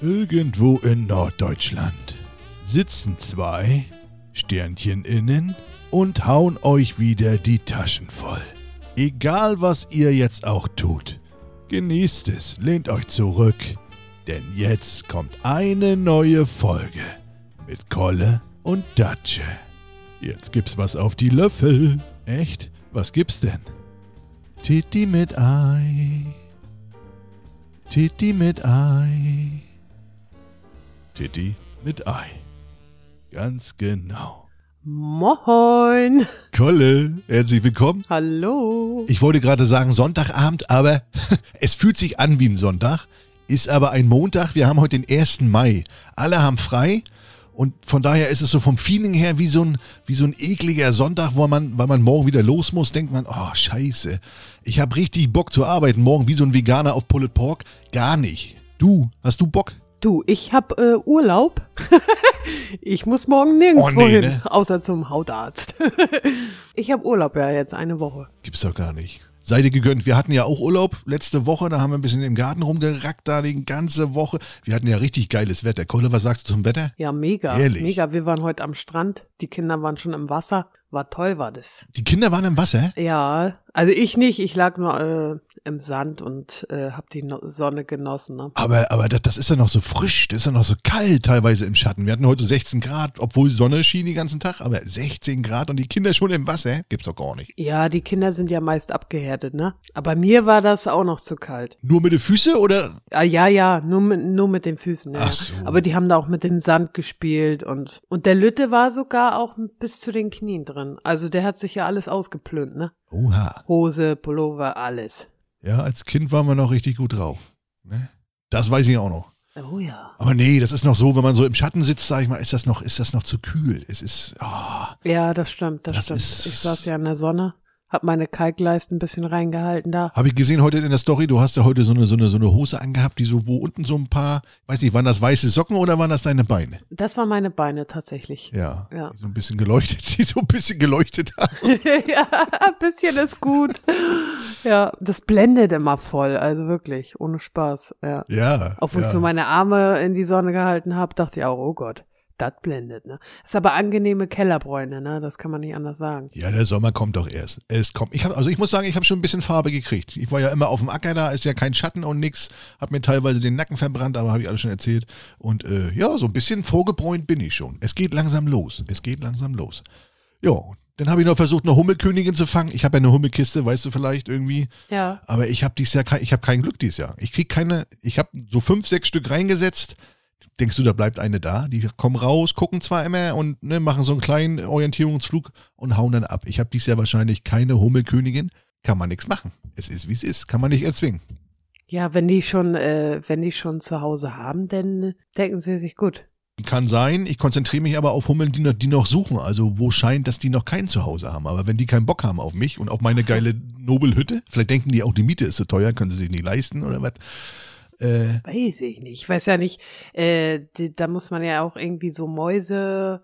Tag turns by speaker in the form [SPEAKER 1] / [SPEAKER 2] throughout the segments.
[SPEAKER 1] Irgendwo in Norddeutschland sitzen zwei Sternchen innen und hauen euch wieder die Taschen voll. Egal was ihr jetzt auch tut, genießt es, lehnt euch zurück, denn jetzt kommt eine neue Folge mit Kolle und Datsche. Jetzt gibt's was auf die Löffel. Echt? Was gibt's denn? Titti mit Ei. Titti mit Ei. Titti mit Ei. Ganz genau.
[SPEAKER 2] Moin.
[SPEAKER 1] Kolle, herzlich willkommen.
[SPEAKER 2] Hallo.
[SPEAKER 1] Ich wollte gerade sagen Sonntagabend, aber es fühlt sich an wie ein Sonntag, ist aber ein Montag. Wir haben heute den 1. Mai. Alle haben frei und von daher ist es so vom Feeling her wie so ein, wie so ein ekliger Sonntag, wo man, weil man morgen wieder los muss, denkt man, oh scheiße, ich habe richtig Bock zu arbeiten morgen wie so ein Veganer auf Pulled Pork. Gar nicht. Du, hast du Bock?
[SPEAKER 2] Du, ich hab äh, Urlaub. ich muss morgen nirgendwo
[SPEAKER 1] Oh, nee,
[SPEAKER 2] hin,
[SPEAKER 1] ne?
[SPEAKER 2] außer zum Hautarzt. ich hab Urlaub ja jetzt eine Woche.
[SPEAKER 1] Gibt's doch gar nicht. Sei dir gegönnt. Wir hatten ja auch Urlaub letzte Woche. Da haben wir ein bisschen im Garten rumgerackt, da die ganze Woche. Wir hatten ja richtig geiles Wetter. Kolle, was sagst du zum Wetter?
[SPEAKER 2] Ja, mega.
[SPEAKER 1] Ehrlich?
[SPEAKER 2] Mega. Wir waren heute am Strand. Die Kinder waren schon im Wasser. War toll, war das.
[SPEAKER 1] Die Kinder waren im Wasser.
[SPEAKER 2] Ja, also ich nicht. Ich lag nur äh, im Sand und äh, hab die no Sonne genossen. Ne?
[SPEAKER 1] Aber, aber das, das ist ja noch so frisch, das ist ja noch so kalt teilweise im Schatten. Wir hatten heute 16 Grad, obwohl Sonne schien den ganzen Tag, aber 16 Grad und die Kinder schon im Wasser, gibt's doch gar nicht.
[SPEAKER 2] Ja, die Kinder sind ja meist abgehärtet, ne? Aber mir war das auch noch zu kalt.
[SPEAKER 1] Nur mit den Füßen oder?
[SPEAKER 2] Ah, ja, ja, nur mit, nur mit den Füßen. Ja.
[SPEAKER 1] Ach so.
[SPEAKER 2] Aber die haben da auch mit dem Sand gespielt und, und der Lütte war sogar auch bis zu den Knien drin. Also der hat sich ja alles ausgeplünt, ne?
[SPEAKER 1] Oha.
[SPEAKER 2] Hose, Pullover, alles.
[SPEAKER 1] Ja, als Kind waren wir noch richtig gut drauf. Ne? Das weiß ich auch noch.
[SPEAKER 2] Oh ja.
[SPEAKER 1] Aber nee, das ist noch so, wenn man so im Schatten sitzt, sag ich mal, ist das noch, ist das noch zu kühl. Es ist, ah,
[SPEAKER 2] Ja, das stimmt, das,
[SPEAKER 1] Das
[SPEAKER 2] stimmt.
[SPEAKER 1] ist-
[SPEAKER 2] Ich saß ja in der Sonne, hab meine Kalkleisten ein bisschen reingehalten da.
[SPEAKER 1] Habe ich gesehen heute in der Story, du hast ja heute so eine, so eine, so eine Hose angehabt, die so, wo unten so ein paar, weiß nicht, waren das weiße Socken oder waren das deine Beine?
[SPEAKER 2] Das waren meine Beine tatsächlich.
[SPEAKER 1] Ja.
[SPEAKER 2] Ja.
[SPEAKER 1] Die so ein bisschen geleuchtet, die so ein bisschen geleuchtet haben.
[SPEAKER 2] ja, ein bisschen ist gut. ja, das blendet immer voll, also wirklich, ohne Spaß, ja.
[SPEAKER 1] Ja.
[SPEAKER 2] Obwohl
[SPEAKER 1] ja.
[SPEAKER 2] ich so meine Arme in die Sonne gehalten habe, dachte ich auch, oh Gott, das blendet, ne? Ist aber angenehme Kellerbräune, ne? Das kann man nicht anders sagen.
[SPEAKER 1] ja, der Sommer kommt doch erst. Es kommt. Ich hab, also ich muss sagen, ich habe schon ein bisschen Farbe gekriegt. Ich war ja immer auf dem Acker da, ist ja kein Schatten und nix. Hab mir teilweise den Nacken verbrannt, aber habe ich alles schon erzählt. Und äh, ja, so ein bisschen vorgebräunt bin ich schon. Es geht langsam los. Es geht langsam los. Ja, dann habe ich noch versucht, eine Hummelkönigin zu fangen. Ich habe ja eine Hummelkiste, weißt du vielleicht irgendwie.
[SPEAKER 2] Ja.
[SPEAKER 1] Aber ich habe dieses Jahr kein, ich habe kein Glück dieses Jahr. Ich krieg keine, ich habe so fünf, sechs Stück reingesetzt. Denkst du, da bleibt eine da? Die kommen raus, gucken zwar immer und ne, machen so einen kleinen Orientierungsflug und hauen dann ab. Ich habe dieses Jahr wahrscheinlich keine Hummelkönigin. Kann man nichts machen. Es ist, wie es ist. Kann man nicht erzwingen.
[SPEAKER 2] Ja, wenn die schon, äh, wenn die schon zu Hause haben, dann denken sie sich gut.
[SPEAKER 1] Kann sein. Ich konzentriere mich aber auf Hummeln, die noch, die noch suchen. Also wo scheint, dass die noch kein Zuhause haben. Aber wenn die keinen Bock haben auf mich und auf meine geile Nobelhütte, vielleicht denken die auch, die Miete ist so teuer, können sie sich nicht leisten oder was. Äh,
[SPEAKER 2] Weiß ich nicht. Ich weiß ja nicht, äh, die, da muss man ja auch irgendwie so Mäuse,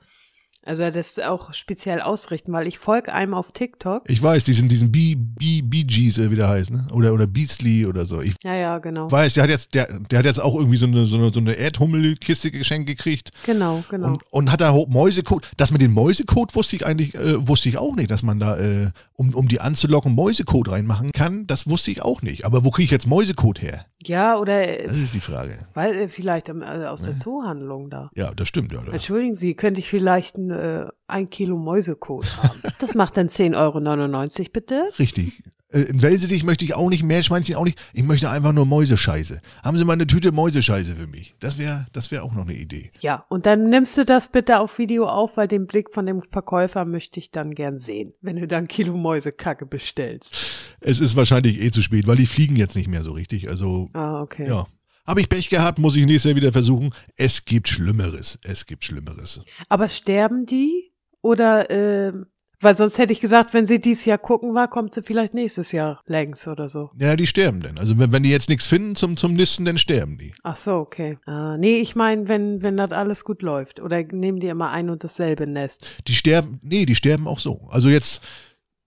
[SPEAKER 2] also das auch speziell ausrichten, weil ich folge einem auf TikTok.
[SPEAKER 1] Ich weiß, die sind diesen B, B, BGs, äh, wie der heißt, ne? Oder, oder Beasley oder so. Ich
[SPEAKER 2] Ja, ja, genau.
[SPEAKER 1] weiß, der hat jetzt, der, der hat jetzt auch irgendwie so eine, so eine, so eine Erdhummelkiste geschenkt gekriegt
[SPEAKER 2] Genau, genau.
[SPEAKER 1] und, und hat da ho- Mäusecode. Das mit dem Mäusecode wusste ich eigentlich, äh, wusste ich auch nicht, dass man da, äh, um, um die anzulocken, Mäusecode reinmachen kann. Das wusste ich auch nicht. Aber wo kriege ich jetzt Mäusecode her?
[SPEAKER 2] ja, oder äh,
[SPEAKER 1] Das ist die Frage.
[SPEAKER 2] weil, äh, vielleicht ähm, äh, aus der Zoohandlung da.
[SPEAKER 1] Ja, das stimmt, ja. Das.
[SPEAKER 2] Entschuldigen Sie, könnte ich vielleicht ein, äh, ein Kilo Mäusekot haben? Das macht dann 10,99 Euro bitte.
[SPEAKER 1] Richtig. Äh, Ein Welsedich möchte ich auch nicht, Meerschweinchen auch nicht. Ich möchte einfach nur Mäusescheiße. Haben Sie mal eine Tüte Mäusescheiße für mich? Das wäre das wär auch noch eine Idee.
[SPEAKER 2] Ja, und dann nimmst du das bitte auf Video auf, weil den Blick von dem Verkäufer möchte ich dann gern sehen, wenn du dann ein Kilo Mäusekacke bestellst.
[SPEAKER 1] Es ist wahrscheinlich eh zu spät, weil die fliegen jetzt nicht mehr so richtig. Also,
[SPEAKER 2] Ah, okay.
[SPEAKER 1] ja. Habe ich Pech gehabt, muss ich nächstes Jahr wieder versuchen. Es gibt Schlimmeres. Es gibt Schlimmeres.
[SPEAKER 2] Aber sterben die? Oder, ähm, weil sonst hätte ich gesagt, wenn sie dieses Jahr gucken war, kommt sie vielleicht nächstes Jahr längs oder so.
[SPEAKER 1] Ja, die sterben dann. Also, wenn, wenn die jetzt nichts finden zum, zum Nisten, dann sterben die.
[SPEAKER 2] Ach so, okay. Ah, nee, ich meine, wenn, wenn das alles gut läuft. Oder nehmen die immer ein und dasselbe Nest.
[SPEAKER 1] Die sterben, nee, die sterben auch so. Also, jetzt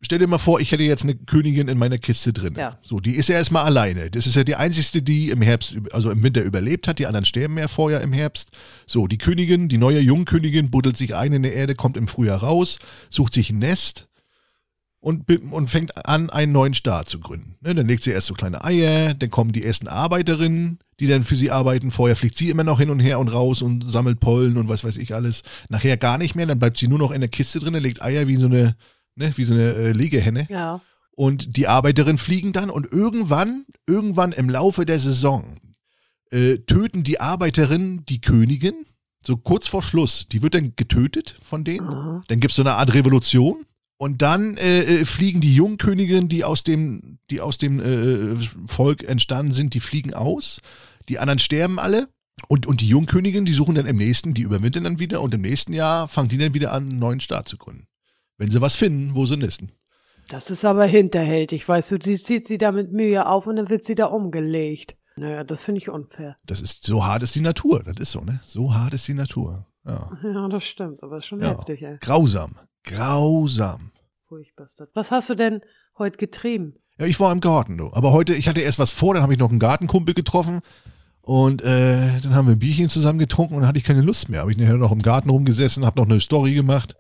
[SPEAKER 1] Stell dir mal vor, ich hätte jetzt eine Königin in meiner Kiste drin.
[SPEAKER 2] Ja.
[SPEAKER 1] So, die ist ja erstmal alleine. Das ist ja die einzigste, die im Herbst, üb- also im Winter überlebt hat. Die anderen sterben ja vorher im Herbst. So, die Königin, die neue Jungkönigin, buddelt sich ein in der Erde, kommt im Frühjahr raus, sucht sich ein Nest und, bi- und fängt an, einen neuen Staat zu gründen. Ne, dann legt sie erst so kleine Eier, dann kommen die ersten Arbeiterinnen, die dann für sie arbeiten. Vorher fliegt sie immer noch hin und her und raus und sammelt Pollen und was weiß ich alles. Nachher gar nicht mehr, dann bleibt sie nur noch in der Kiste drin, legt Eier wie so eine, ne, wie so eine äh, Legehenne.
[SPEAKER 2] Ja.
[SPEAKER 1] Und die Arbeiterinnen fliegen dann und irgendwann, irgendwann im Laufe der Saison äh, töten die Arbeiterinnen die Königin. So kurz vor Schluss. Die wird dann getötet von denen.
[SPEAKER 2] Aha.
[SPEAKER 1] Dann gibt es so eine Art Revolution. Und dann äh, äh, fliegen die Jungköniginnen, die aus dem, die aus dem äh, Volk entstanden sind, die fliegen aus. Die anderen sterben alle. Und, und die Jungköniginnen, die suchen dann im nächsten, die überwintern dann wieder und im nächsten Jahr fangen die dann wieder an, einen neuen Staat zu gründen. Wenn sie was finden, wo sie nisten.
[SPEAKER 2] Das ist aber hinterhältig, weißt du, die zieht sie da mit Mühe auf und dann wird sie da umgelegt. Naja, das finde ich unfair.
[SPEAKER 1] Das ist, so hart ist die Natur. Das ist so, ne? So hart ist die Natur. Ja.
[SPEAKER 2] Ja, das stimmt, aber ist schon
[SPEAKER 1] Ja.
[SPEAKER 2] heftig, ey.
[SPEAKER 1] Grausam. Grausam.
[SPEAKER 2] Furchtbar. Was hast du denn heute getrieben?
[SPEAKER 1] Ja, ich war im Garten, du. Aber heute, ich hatte erst was vor, dann habe ich noch einen Gartenkumpel getroffen und äh, dann haben wir ein Bierchen zusammen getrunken und dann hatte ich keine Lust mehr. Habe ich nachher noch im Garten rumgesessen, habe noch eine Story gemacht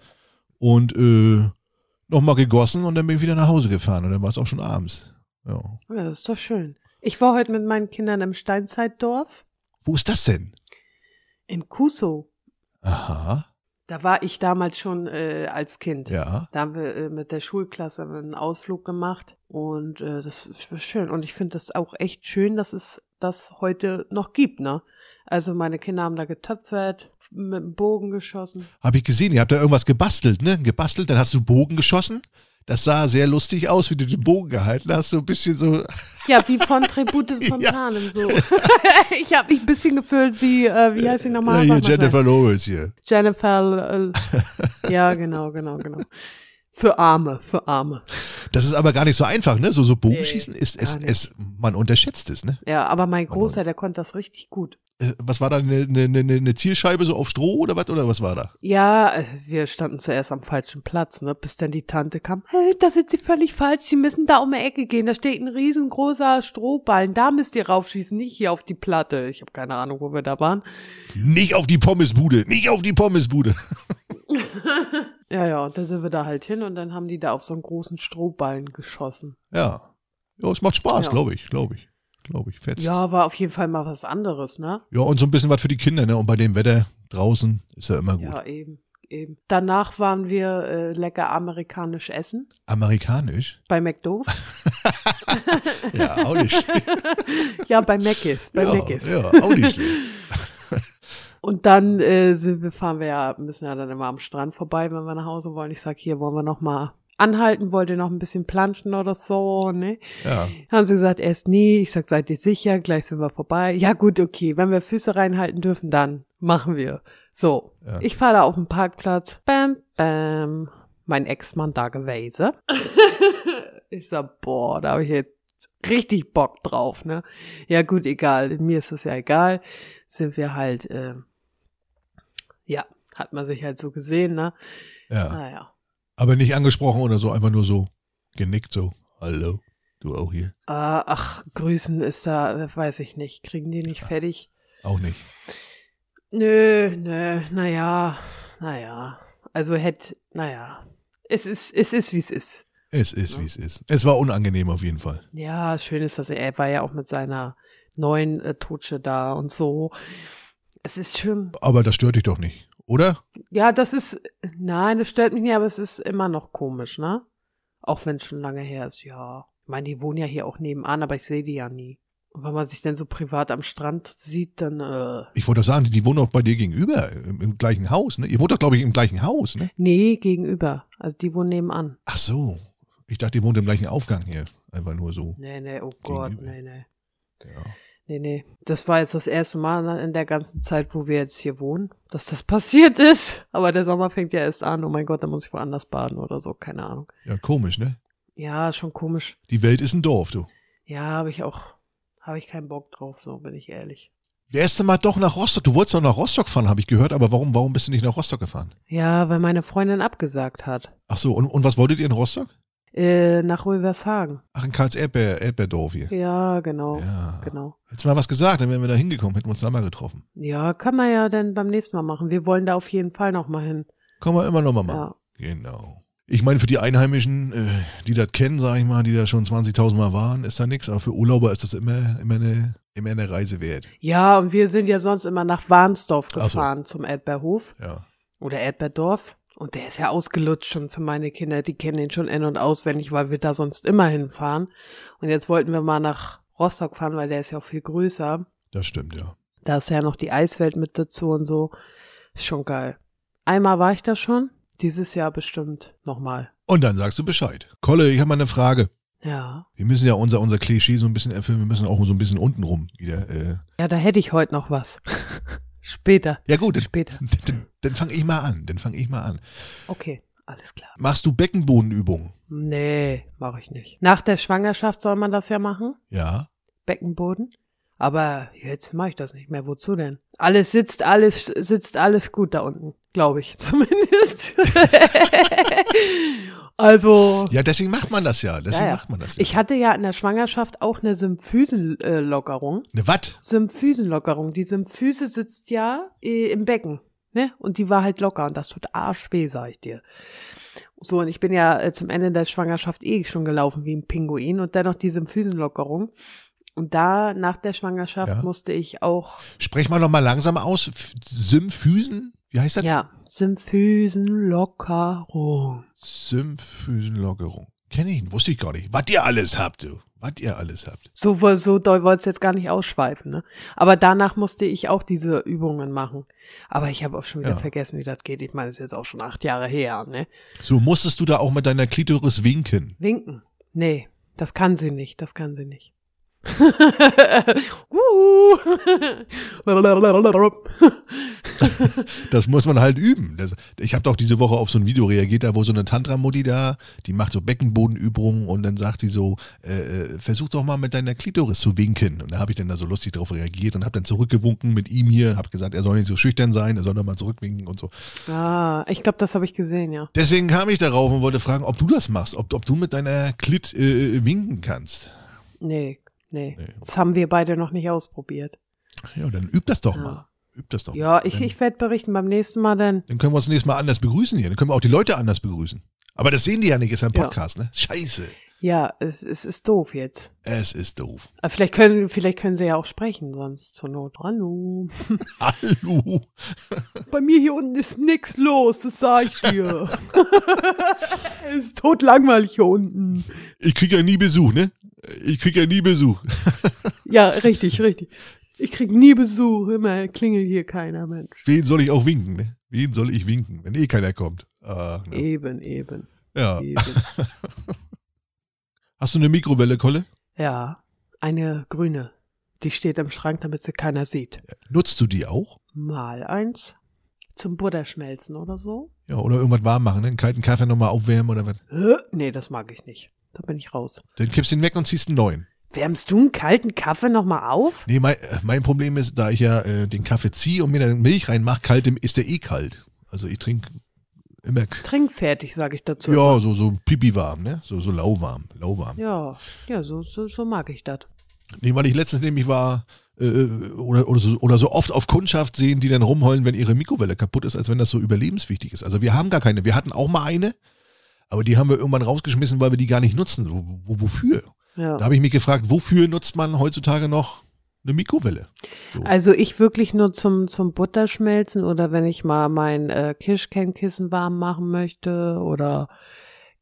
[SPEAKER 1] und äh, nochmal gegossen und dann bin ich wieder nach Hause gefahren und dann war es auch schon abends. Ja.
[SPEAKER 2] Oh Ja, das ist doch schön. Ich war heute mit meinen Kindern im Steinzeitdorf
[SPEAKER 1] Wo ist das denn?
[SPEAKER 2] in Kusow.
[SPEAKER 1] Aha,
[SPEAKER 2] Da war ich damals schon äh, als Kind.
[SPEAKER 1] ja.
[SPEAKER 2] Da haben wir äh, mit der Schulklasse einen Ausflug gemacht und äh, das ist schön. Und ich finde das auch echt schön, dass es das heute noch gibt, ne? Also meine Kinder haben da getöpfert, mit dem Bogen geschossen.
[SPEAKER 1] Habe ich gesehen, ihr habt da irgendwas gebastelt, ne? Gebastelt, dann hast du Bogen geschossen. Das sah sehr lustig aus, wie du den Bogen gehalten hast. So ein bisschen so,
[SPEAKER 2] Ja, wie von Tribute von
[SPEAKER 1] Ja.
[SPEAKER 2] Panem so. ich habe mich ein bisschen gefühlt wie, äh, wie heißt sie
[SPEAKER 1] ja,
[SPEAKER 2] nochmal?
[SPEAKER 1] hier
[SPEAKER 2] Sag mal
[SPEAKER 1] Jennifer Lawrence hier.
[SPEAKER 2] schnell. Jennifer. Äh, ja, genau, genau, genau. Für Arme, für Arme.
[SPEAKER 1] Das ist aber gar nicht so einfach, ne? So, so Bogenschießen ist,
[SPEAKER 2] gar
[SPEAKER 1] es,
[SPEAKER 2] nicht.
[SPEAKER 1] es, man unterschätzt es, ne?
[SPEAKER 2] Ja, aber mein Großer, der konnte das richtig gut.
[SPEAKER 1] Äh, Was war da, eine ne, ne, ne eine Zielscheibe so auf Stroh oder was? Oder was war da?
[SPEAKER 2] Ja, äh, wir standen zuerst am falschen Platz, ne, bis dann die Tante kam. Hey, da sind sie völlig falsch, sie müssen da um die Ecke gehen, da steht ein riesengroßer Strohballen, da müsst ihr raufschießen, nicht hier auf die Platte. Ich habe keine Ahnung, wo wir da waren.
[SPEAKER 1] Nicht auf die Pommesbude, nicht auf die Pommesbude.
[SPEAKER 2] Ja, ja, und dann sind wir da halt hin und dann haben die da auf so einen großen Strohballen geschossen.
[SPEAKER 1] Ja. Ja, es macht Spaß,
[SPEAKER 2] Ja.
[SPEAKER 1] glaube ich, glaube ich. Glaube ich, fetzt.
[SPEAKER 2] Ja, war auf jeden Fall mal was anderes, ne?
[SPEAKER 1] ja, und so ein bisschen was für die Kinder, ne? Und bei dem Wetter draußen ist ja immer gut.
[SPEAKER 2] Ja, eben, eben. Danach waren wir äh, lecker amerikanisch essen
[SPEAKER 1] Amerikanisch?
[SPEAKER 2] bei McDo.
[SPEAKER 1] Ja, auch nicht schlecht.
[SPEAKER 2] ja, bei Mc's, bei
[SPEAKER 1] ja,
[SPEAKER 2] Mc's.
[SPEAKER 1] ja, auch nicht schlecht.
[SPEAKER 2] Und dann äh, sind wir, fahren wir ja, müssen ja dann immer am Strand vorbei, wenn wir nach Hause wollen. Ich sag, hier wollen wir noch mal anhalten, wollt ihr noch ein bisschen planschen oder so, ne?
[SPEAKER 1] Ja.
[SPEAKER 2] Haben sie gesagt, erst nie. Ich sag, seid ihr sicher? Gleich sind wir vorbei. Ja gut, okay, wenn wir Füße reinhalten dürfen, dann machen wir. So,
[SPEAKER 1] Ja.
[SPEAKER 2] ich fahre da auf den Parkplatz. Bam, bam. Mein Ex-Mann da gewesen. ich sag, boah, da habe ich jetzt richtig Bock drauf, ne? Ja gut, egal. Mir ist es ja egal. Sind wir halt, äh, ja, hat man sich halt so gesehen, ne?
[SPEAKER 1] ja.
[SPEAKER 2] Naja.
[SPEAKER 1] Aber nicht angesprochen oder so, einfach nur so genickt, so. Hallo, du auch hier.
[SPEAKER 2] Äh, ach, grüßen ist da, äh, weiß ich nicht. Kriegen die nicht fertig?
[SPEAKER 1] Auch nicht.
[SPEAKER 2] Nö, nö, naja, naja. Also hätte, naja. Es ist, es ist, wie es ist.
[SPEAKER 1] Es ist,
[SPEAKER 2] Ja.
[SPEAKER 1] wie es ist. Es war unangenehm auf jeden Fall.
[SPEAKER 2] Ja, schön ist das. Er war ja auch mit seiner neuen äh, Tutsche da und so. Es ist schön.
[SPEAKER 1] Aber das stört dich doch nicht, oder?
[SPEAKER 2] Ja, das ist, nein, das stört mich nicht, aber es ist immer noch komisch, ne? Auch wenn es schon lange her ist, ja. Ich meine, die wohnen ja hier auch nebenan, aber ich sehe die ja nie. Und wenn man sich dann so privat am Strand sieht, dann, äh,
[SPEAKER 1] Ich wollte doch sagen, die wohnen doch bei dir gegenüber, im, im gleichen Haus, ne? Ihr wohnt doch, glaube ich, im gleichen Haus, ne?
[SPEAKER 2] nee, gegenüber. Also die wohnen nebenan.
[SPEAKER 1] Ach so. Ich dachte, ihr wohnt im gleichen Aufgang hier. Einfach nur so.
[SPEAKER 2] Nee, nee, oh Gott,
[SPEAKER 1] Gegenüber.
[SPEAKER 2] nee, nee.
[SPEAKER 1] Ja.
[SPEAKER 2] Nee, nee. Das war jetzt das erste Mal in der ganzen Zeit, wo wir jetzt hier wohnen, dass das passiert ist. Aber der Sommer fängt ja erst an. Oh mein Gott, da muss ich woanders baden oder so. Keine Ahnung.
[SPEAKER 1] ja, komisch, ne?
[SPEAKER 2] Ja, schon komisch.
[SPEAKER 1] Die Welt ist ein Dorf, du.
[SPEAKER 2] Ja, habe ich auch, habe ich keinen Bock drauf, so bin ich ehrlich.
[SPEAKER 1] Wärst du mal doch nach Rostock? Du wolltest doch nach Rostock fahren, habe ich gehört, aber warum, warum bist du nicht nach Rostock gefahren?
[SPEAKER 2] Ja, weil meine Freundin abgesagt hat.
[SPEAKER 1] Ach so, und, und was wolltet ihr in Rostock?
[SPEAKER 2] Äh, nach Rövershagen.
[SPEAKER 1] Ach, in Karls Erdbeer, Erdbeerdorf hier.
[SPEAKER 2] Ja, genau.
[SPEAKER 1] Ja.
[SPEAKER 2] Genau.
[SPEAKER 1] Hättest du mal was gesagt, dann wären wir da hingekommen, hätten wir uns da mal getroffen.
[SPEAKER 2] Ja, kann man ja dann beim nächsten Mal machen. Wir wollen da auf jeden Fall nochmal hin.
[SPEAKER 1] Kann man immer nochmal machen.
[SPEAKER 2] Ja.
[SPEAKER 1] Genau. Ich meine, für die Einheimischen, äh, die das kennen, sag ich mal, die da schon 20.000 Mal waren, ist da nichts. Aber für Urlauber ist das immer, immer, eine, immer eine Reise wert.
[SPEAKER 2] ja, und wir sind ja sonst immer nach Warnsdorf
[SPEAKER 1] so.
[SPEAKER 2] gefahren zum Erdbeerhof
[SPEAKER 1] Ja.
[SPEAKER 2] oder Erdbeerdorf. Und der ist ja ausgelutscht schon für meine Kinder. Die kennen ihn schon in- und auswendig, weil wir da sonst immer hinfahren. Und jetzt wollten wir mal nach Rostock fahren, weil der ist ja auch viel größer.
[SPEAKER 1] Das stimmt, ja.
[SPEAKER 2] Da ist ja noch die Eiswelt mit dazu und so. Ist schon geil. Einmal war ich da schon, dieses Jahr bestimmt nochmal.
[SPEAKER 1] Und dann sagst du Bescheid. Kolle, ich habe mal eine Frage.
[SPEAKER 2] Ja.
[SPEAKER 1] Wir müssen ja unser, unser Klischee so ein bisschen erfüllen. Wir müssen auch so ein bisschen unten rum wieder. Äh.
[SPEAKER 2] Ja, da hätte ich heute noch was. Später.
[SPEAKER 1] Ja gut, dann,
[SPEAKER 2] Später.
[SPEAKER 1] dann, dann fange ich mal an. Dann fange ich mal an.
[SPEAKER 2] Okay, alles klar.
[SPEAKER 1] Machst du Beckenbodenübungen?
[SPEAKER 2] Nee, mache ich nicht. Nach der Schwangerschaft soll man das ja machen,
[SPEAKER 1] Ja.
[SPEAKER 2] Beckenboden. Aber jetzt mache ich das nicht mehr. Wozu denn? Alles sitzt, alles sitzt alles gut da unten, glaube ich zumindest. also,
[SPEAKER 1] Ja, deswegen macht man das ja. Deswegen
[SPEAKER 2] Ja, ja.
[SPEAKER 1] macht man das ja.
[SPEAKER 2] ich hatte ja in der Schwangerschaft auch eine Symphysenlockerung.
[SPEAKER 1] Eine Watt.
[SPEAKER 2] Symphysenlockerung. Die Symphyse sitzt ja äh, im Becken, ne? Und die war halt locker und das tut arschweh, sag ich dir. So, und ich bin ja äh, zum Ende der Schwangerschaft eh schon gelaufen wie ein Pinguin und dann noch die Symphysenlockerung. Und da, nach der Schwangerschaft,
[SPEAKER 1] Ja.
[SPEAKER 2] musste ich auch,
[SPEAKER 1] Sprech mal noch mal langsam aus. F- Symphysen? Wie heißt das?
[SPEAKER 2] ja, Symphysenlockerung.
[SPEAKER 1] Symphysenlockerung. Kenne ich, wusste ich gar nicht. Was ihr alles habt, du. Was ihr alles habt.
[SPEAKER 2] So, woll- so doll wollt's jetzt gar nicht ausschweifen, ne? Aber danach musste ich auch diese Übungen machen. Aber ich habe auch schon wieder
[SPEAKER 1] Ja.
[SPEAKER 2] vergessen, wie das geht. Ich meine, das ist jetzt auch schon acht Jahre her, ne?
[SPEAKER 1] So musstest du da auch mit deiner Klitoris winken.
[SPEAKER 2] Winken. Nee, das kann sie nicht, das kann sie nicht. Uhu.
[SPEAKER 1] Das muss man halt üben. Das, ich habe doch diese Woche auf so ein Video reagiert, da wo so eine Tantra-Mutti da, die macht so Beckenbodenübungen und dann sagt sie so, äh, äh, versuch doch mal mit deiner Klitoris zu winken. Und da habe ich dann da so lustig drauf reagiert und habe dann zurückgewunken mit ihm hier, habe gesagt, er soll nicht so schüchtern sein, er soll doch mal zurückwinken und so.
[SPEAKER 2] ah, ich glaube, das habe ich gesehen, ja.
[SPEAKER 1] Deswegen kam ich darauf und wollte fragen, ob du das machst, ob, ob du mit deiner Klit äh, winken kannst.
[SPEAKER 2] Nee, nee.
[SPEAKER 1] Nee.
[SPEAKER 2] Das haben wir beide noch nicht ausprobiert.
[SPEAKER 1] Ja, dann üb das doch
[SPEAKER 2] Ja.
[SPEAKER 1] mal. Üb das doch mal.
[SPEAKER 2] Ja, ich,
[SPEAKER 1] dann,
[SPEAKER 2] ich werde berichten beim nächsten Mal dann.
[SPEAKER 1] dann können wir uns nächstes Mal anders begrüßen hier. Dann können wir auch die Leute anders begrüßen. Aber das sehen die ja nicht, ist ja ein
[SPEAKER 2] Ja.
[SPEAKER 1] Podcast, ne? Scheiße.
[SPEAKER 2] Ja, es, es ist doof jetzt.
[SPEAKER 1] Es ist doof.
[SPEAKER 2] Aber vielleicht können, vielleicht können sie ja auch sprechen, sonst zur Not. Hallo.
[SPEAKER 1] Hallo.
[SPEAKER 2] Bei mir hier unten ist nix los, das sag ich dir. es ist totlangweilig hier unten.
[SPEAKER 1] Ich krieg ja nie Besuch, ne? Ich krieg ja nie Besuch.
[SPEAKER 2] Ja, richtig, richtig. Ich krieg nie Besuch, immer klingelt hier keiner, Mensch.
[SPEAKER 1] Wen soll ich auch winken, ne? Wen soll ich winken, wenn eh keiner kommt? Ah, ne.
[SPEAKER 2] Eben, eben,
[SPEAKER 1] ja.
[SPEAKER 2] eben.
[SPEAKER 1] Hast du eine Mikrowelle, Kolle?
[SPEAKER 2] Ja, eine grüne. Die steht im Schrank, damit sie keiner sieht.
[SPEAKER 1] Nutzt du die auch?
[SPEAKER 2] Mal eins. Zum Butterschmelzen oder so.
[SPEAKER 1] Ja, oder irgendwas warm machen, ne? Einen kalten Kaffee nochmal aufwärmen oder was?
[SPEAKER 2] Hä? Nee, das mag ich nicht. Da bin ich raus.
[SPEAKER 1] Dann kippst du ihn weg und ziehst einen neuen.
[SPEAKER 2] Wärmst du einen kalten Kaffee nochmal auf?
[SPEAKER 1] Nee, mein, äh, mein Problem ist, da ich ja äh, den Kaffee ziehe und mir dann Milch reinmache, kalt, ist der eh kalt. Also ich trinke immer. k-
[SPEAKER 2] Trinkfertig, sage ich dazu.
[SPEAKER 1] Ja, so, so pipi warm, ne? So, so lauwarm, lauwarm.
[SPEAKER 2] ne? Ja, ja so, so, so mag ich das.
[SPEAKER 1] Nee, weil ich letztens nämlich war, äh, oder, oder, so, oder so oft auf Kundschaft sehen, die dann rumheulen, wenn ihre Mikrowelle kaputt ist, als wenn das so überlebenswichtig ist. Also wir haben gar keine. Wir hatten auch mal eine, aber die haben wir irgendwann rausgeschmissen, weil wir die gar nicht nutzen. Wo, wo, wofür?
[SPEAKER 2] Ja.
[SPEAKER 1] Da habe ich mich gefragt, wofür nutzt man heutzutage noch eine Mikrowelle?
[SPEAKER 2] Also ich wirklich nur zum, zum Butterschmelzen oder wenn ich mal mein äh, Kirschkernkissen warm machen möchte oder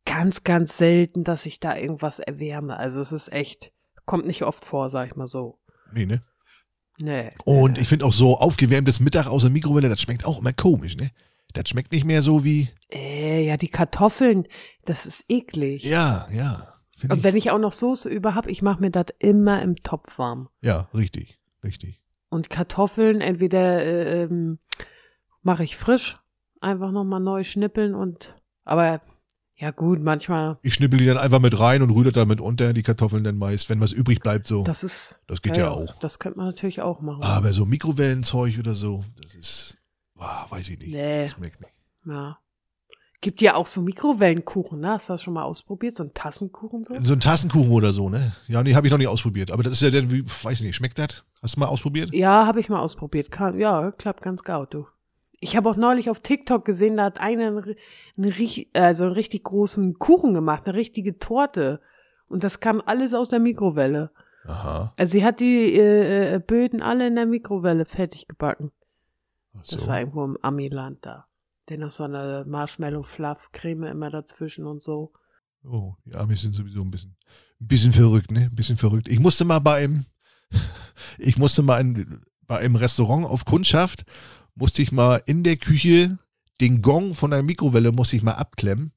[SPEAKER 2] ganz, ganz selten, dass ich da irgendwas erwärme. Also es ist echt, kommt nicht oft vor, sag ich mal so.
[SPEAKER 1] Nee, ne?
[SPEAKER 2] Nee.
[SPEAKER 1] Und ich finde auch so aufgewärmtes Mittag aus der Mikrowelle, das schmeckt auch immer komisch, ne? Das schmeckt nicht mehr so wie,
[SPEAKER 2] Äh, ja, die Kartoffeln, das ist eklig.
[SPEAKER 1] ja, ja. Find
[SPEAKER 2] Und
[SPEAKER 1] ich,
[SPEAKER 2] wenn ich auch noch Soße über habe, ich mache mir das immer im Topf warm.
[SPEAKER 1] ja, richtig, richtig.
[SPEAKER 2] Und Kartoffeln entweder äh, ähm, mache ich frisch, einfach nochmal neu schnippeln und aber ja gut, manchmal
[SPEAKER 1] Ich schnippel die dann einfach mit rein und rühre da mit unter die Kartoffeln dann meist, wenn was übrig bleibt so.
[SPEAKER 2] Das ist.
[SPEAKER 1] Das Oh. geht ja auch.
[SPEAKER 2] Das könnte man natürlich auch machen.
[SPEAKER 1] Aber so Mikrowellenzeug oder so, das ist, ah, weiß ich nicht.
[SPEAKER 2] Nee.
[SPEAKER 1] Das schmeckt nicht.
[SPEAKER 2] Ja. Gibt ja auch so Mikrowellenkuchen, ne? Hast du das schon mal ausprobiert? So einen Tassenkuchen so?
[SPEAKER 1] So ein Tassenkuchen oder so, ne? Ja, nee, habe ich noch nicht ausprobiert. Aber das ist ja der, wie, weiß ich nicht, schmeckt das? Hast du mal ausprobiert?
[SPEAKER 2] Ja, habe ich mal ausprobiert. Kann, ja, klappt ganz gut, du. Ich habe auch neulich auf TikTok gesehen, da hat einer einen, ri- einen, rich- also einen richtig großen Kuchen gemacht, eine richtige Torte. Und das kam alles aus der Mikrowelle.
[SPEAKER 1] Aha.
[SPEAKER 2] Also sie hat die äh, äh, Böden alle in der Mikrowelle fertig gebacken.
[SPEAKER 1] Ach
[SPEAKER 2] Das
[SPEAKER 1] So.
[SPEAKER 2] war irgendwo im Amiland da. Dennoch so eine Marshmallow-Fluff-Creme immer dazwischen und so.
[SPEAKER 1] Oh, die Amis sind sowieso ein bisschen, ein bisschen verrückt, ne? Ein bisschen verrückt. Ich musste mal bei einem, ich musste mal in, bei einem Restaurant auf Kundschaft, musste ich mal in der Küche den Gong von der Mikrowelle musste ich mal abklemmen,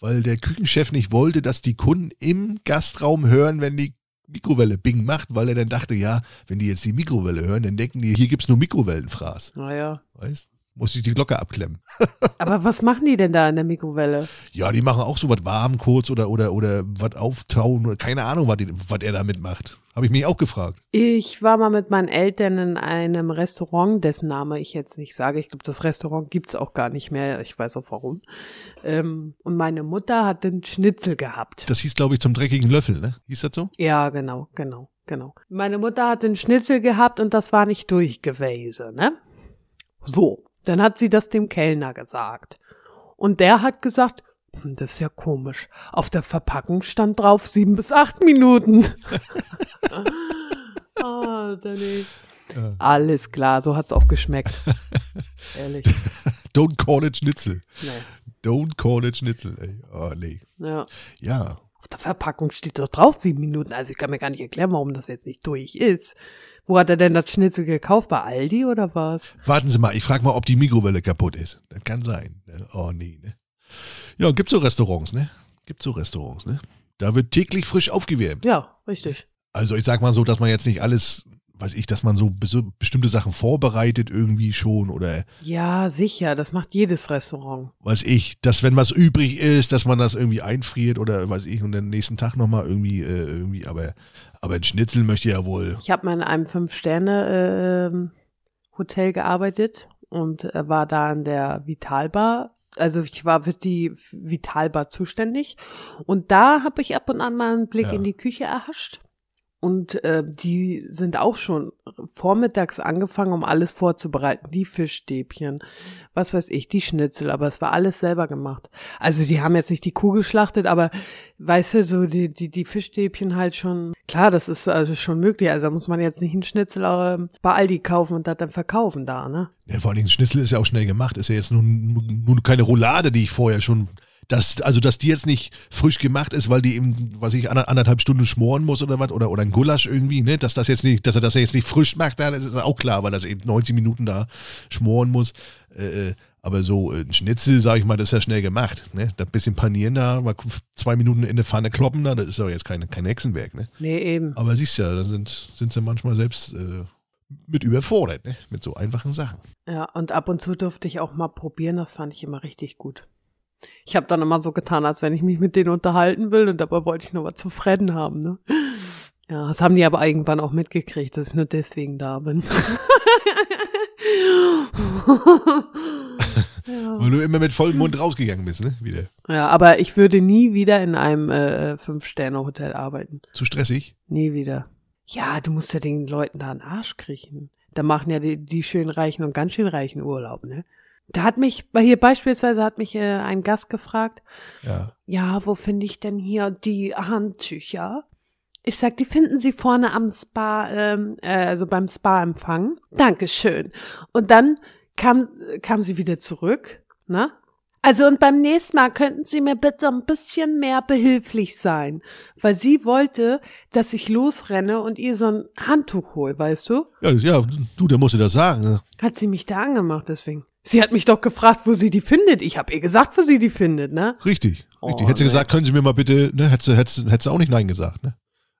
[SPEAKER 1] weil der Küchenchef nicht wollte, dass die Kunden im Gastraum hören, wenn die Mikrowelle Bing macht, weil er dann dachte, ja, wenn die jetzt die Mikrowelle hören, dann denken die, hier gibt's nur Mikrowellenfraß.
[SPEAKER 2] Naja.
[SPEAKER 1] Weißt? Muss ich die Glocke abklemmen.
[SPEAKER 2] Aber was machen die denn da in der Mikrowelle?
[SPEAKER 1] Ja, die machen auch so was warm kurz oder oder oder was auftauen oder keine Ahnung, was, die- was er damit macht. Habe ich mich auch gefragt.
[SPEAKER 2] Ich war mal mit meinen Eltern in einem Restaurant, dessen Name ich jetzt nicht sage. Ich glaube, das Restaurant gibt's auch gar nicht mehr. Ich weiß auch warum. Ähm, und meine Mutter hat den Schnitzel gehabt.
[SPEAKER 1] Das hieß, glaube ich, zum dreckigen Löffel, ne? Hieß das so?
[SPEAKER 2] Ja, genau, genau, genau. Meine Mutter hat den Schnitzel gehabt und das war nicht durch gewesen, ne? So, dann hat sie das dem Kellner gesagt. Und der hat gesagt, "Hm, das ist ja komisch. Auf der Verpackung stand drauf sieben bis acht Minuten. Ah, Danny.
[SPEAKER 1] Ja.
[SPEAKER 2] Alles klar, so hat's auch geschmeckt. Ehrlich.
[SPEAKER 1] Don't call it Schnitzel.
[SPEAKER 2] Nee.
[SPEAKER 1] Don't call it Schnitzel, ey. Oh, nee.
[SPEAKER 2] Ja.
[SPEAKER 1] Ja.
[SPEAKER 2] Auf der Verpackung steht doch drauf sieben Minuten. Also ich kann mir gar nicht erklären, warum das jetzt nicht durch ist. Wo hat er denn das Schnitzel gekauft? Bei Aldi oder was?
[SPEAKER 1] Warten Sie mal, ich frage mal, ob die Mikrowelle kaputt ist. Das kann sein. ne? Oh, nee, ne? Ja, gibt so Restaurants, ne? Gibt so Restaurants, ne? Da wird täglich frisch aufgewärmt.
[SPEAKER 2] Ja, richtig.
[SPEAKER 1] Also ich sag mal so, dass man jetzt nicht alles, weiß ich, dass man so bes- bestimmte Sachen vorbereitet irgendwie schon oder
[SPEAKER 2] Ja, sicher. Das macht jedes Restaurant.
[SPEAKER 1] weiß ich, dass wenn was übrig ist, dass man das irgendwie einfriert oder weiß ich und den nächsten Tag nochmal irgendwie, äh, irgendwie, aber, aber ein Schnitzel möchte ja wohl.
[SPEAKER 2] Ich habe mal in einem Fünf-Sterne-Hotel gearbeitet und äh, war da in der Vitalbar. Also ich war für die Vitalbar zuständig. Und da habe ich ab und an mal einen Blick
[SPEAKER 1] Ja.
[SPEAKER 2] in die Küche erhascht. Und äh, die sind auch schon vormittags angefangen, um alles vorzubereiten. Die Fischstäbchen, was weiß ich, die Schnitzel, aber es war alles selber gemacht. Also die haben jetzt nicht die Kuh geschlachtet, aber weißt du, so die, die, die Fischstäbchen halt schon, klar, das ist also schon möglich. Also da muss man jetzt nicht einen Schnitzel ähm, bei Aldi kaufen und das dann verkaufen da, ne?
[SPEAKER 1] Ja, vor allen Dingen, ein Schnitzel ist ja auch schnell gemacht, ist ja jetzt nun, nun keine Roulade, die ich vorher schon. Das, also, dass die jetzt nicht frisch gemacht ist, weil die eben, was ich, ander- anderthalb Stunden schmoren muss oder was, oder, oder ein Gulasch irgendwie, ne, dass das jetzt nicht, dass er das jetzt nicht frisch macht, da, das ist auch klar, weil das eben 90 Minuten da schmoren muss. Äh, äh, aber so äh, ein Schnitzel, sag ich mal, das ist ja schnell gemacht, ne, das bisschen panieren da, mal k- zwei Minuten in eine Pfanne kloppen da, das ist doch jetzt kein, kein Hexenwerk, ne.
[SPEAKER 2] Nee, eben.
[SPEAKER 1] Aber siehst ja, da sind, sind sie manchmal selbst äh, mit überfordert, ne, mit so einfachen Sachen.
[SPEAKER 2] Ja, und ab und zu durfte ich auch mal probieren, das fand ich immer richtig gut. Ich habe dann immer so getan, als wenn ich mich mit denen unterhalten will und dabei wollte ich nur was zu Fredden haben, ne? Ja, das haben die aber irgendwann auch mitgekriegt, dass ich nur deswegen da bin. ja.
[SPEAKER 1] Weil du immer mit vollem Mund rausgegangen bist, ne? Wieder.
[SPEAKER 2] ja, aber ich würde nie wieder in einem äh, Fünf-Sterne-Hotel arbeiten.
[SPEAKER 1] Zu stressig.
[SPEAKER 2] Nie wieder. Ja, du musst ja den Leuten da einen Arsch kriechen. Da machen ja die, die schön reichen und ganz schön reichen Urlaub, ne? Da hat mich, weil hier beispielsweise hat mich äh, ein Gast gefragt,
[SPEAKER 1] Ja.
[SPEAKER 2] ja, wo finde ich denn hier die Handtücher? Ich sag, die finden Sie vorne am Spa, ähm, äh, also beim Spa-Empfang. Dankeschön. Und dann kam, kam sie wieder zurück, ne? Also und beim nächsten Mal könnten Sie mir bitte ein bisschen mehr behilflich sein, weil sie wollte, dass ich losrenne und ihr so ein Handtuch hole, weißt du?
[SPEAKER 1] Ja, das- ja du, der musste das sagen. ne?
[SPEAKER 2] Hat sie mich da angemacht deswegen. Sie hat mich doch gefragt, wo sie die findet. Ich habe ihr gesagt, wo sie die findet, ne?
[SPEAKER 1] Richtig.
[SPEAKER 2] Oh,
[SPEAKER 1] richtig. Hättest du
[SPEAKER 2] ne.
[SPEAKER 1] gesagt, können Sie mir mal bitte, ne? Hättest du hättest, hättest du auch nicht Nein gesagt, ne?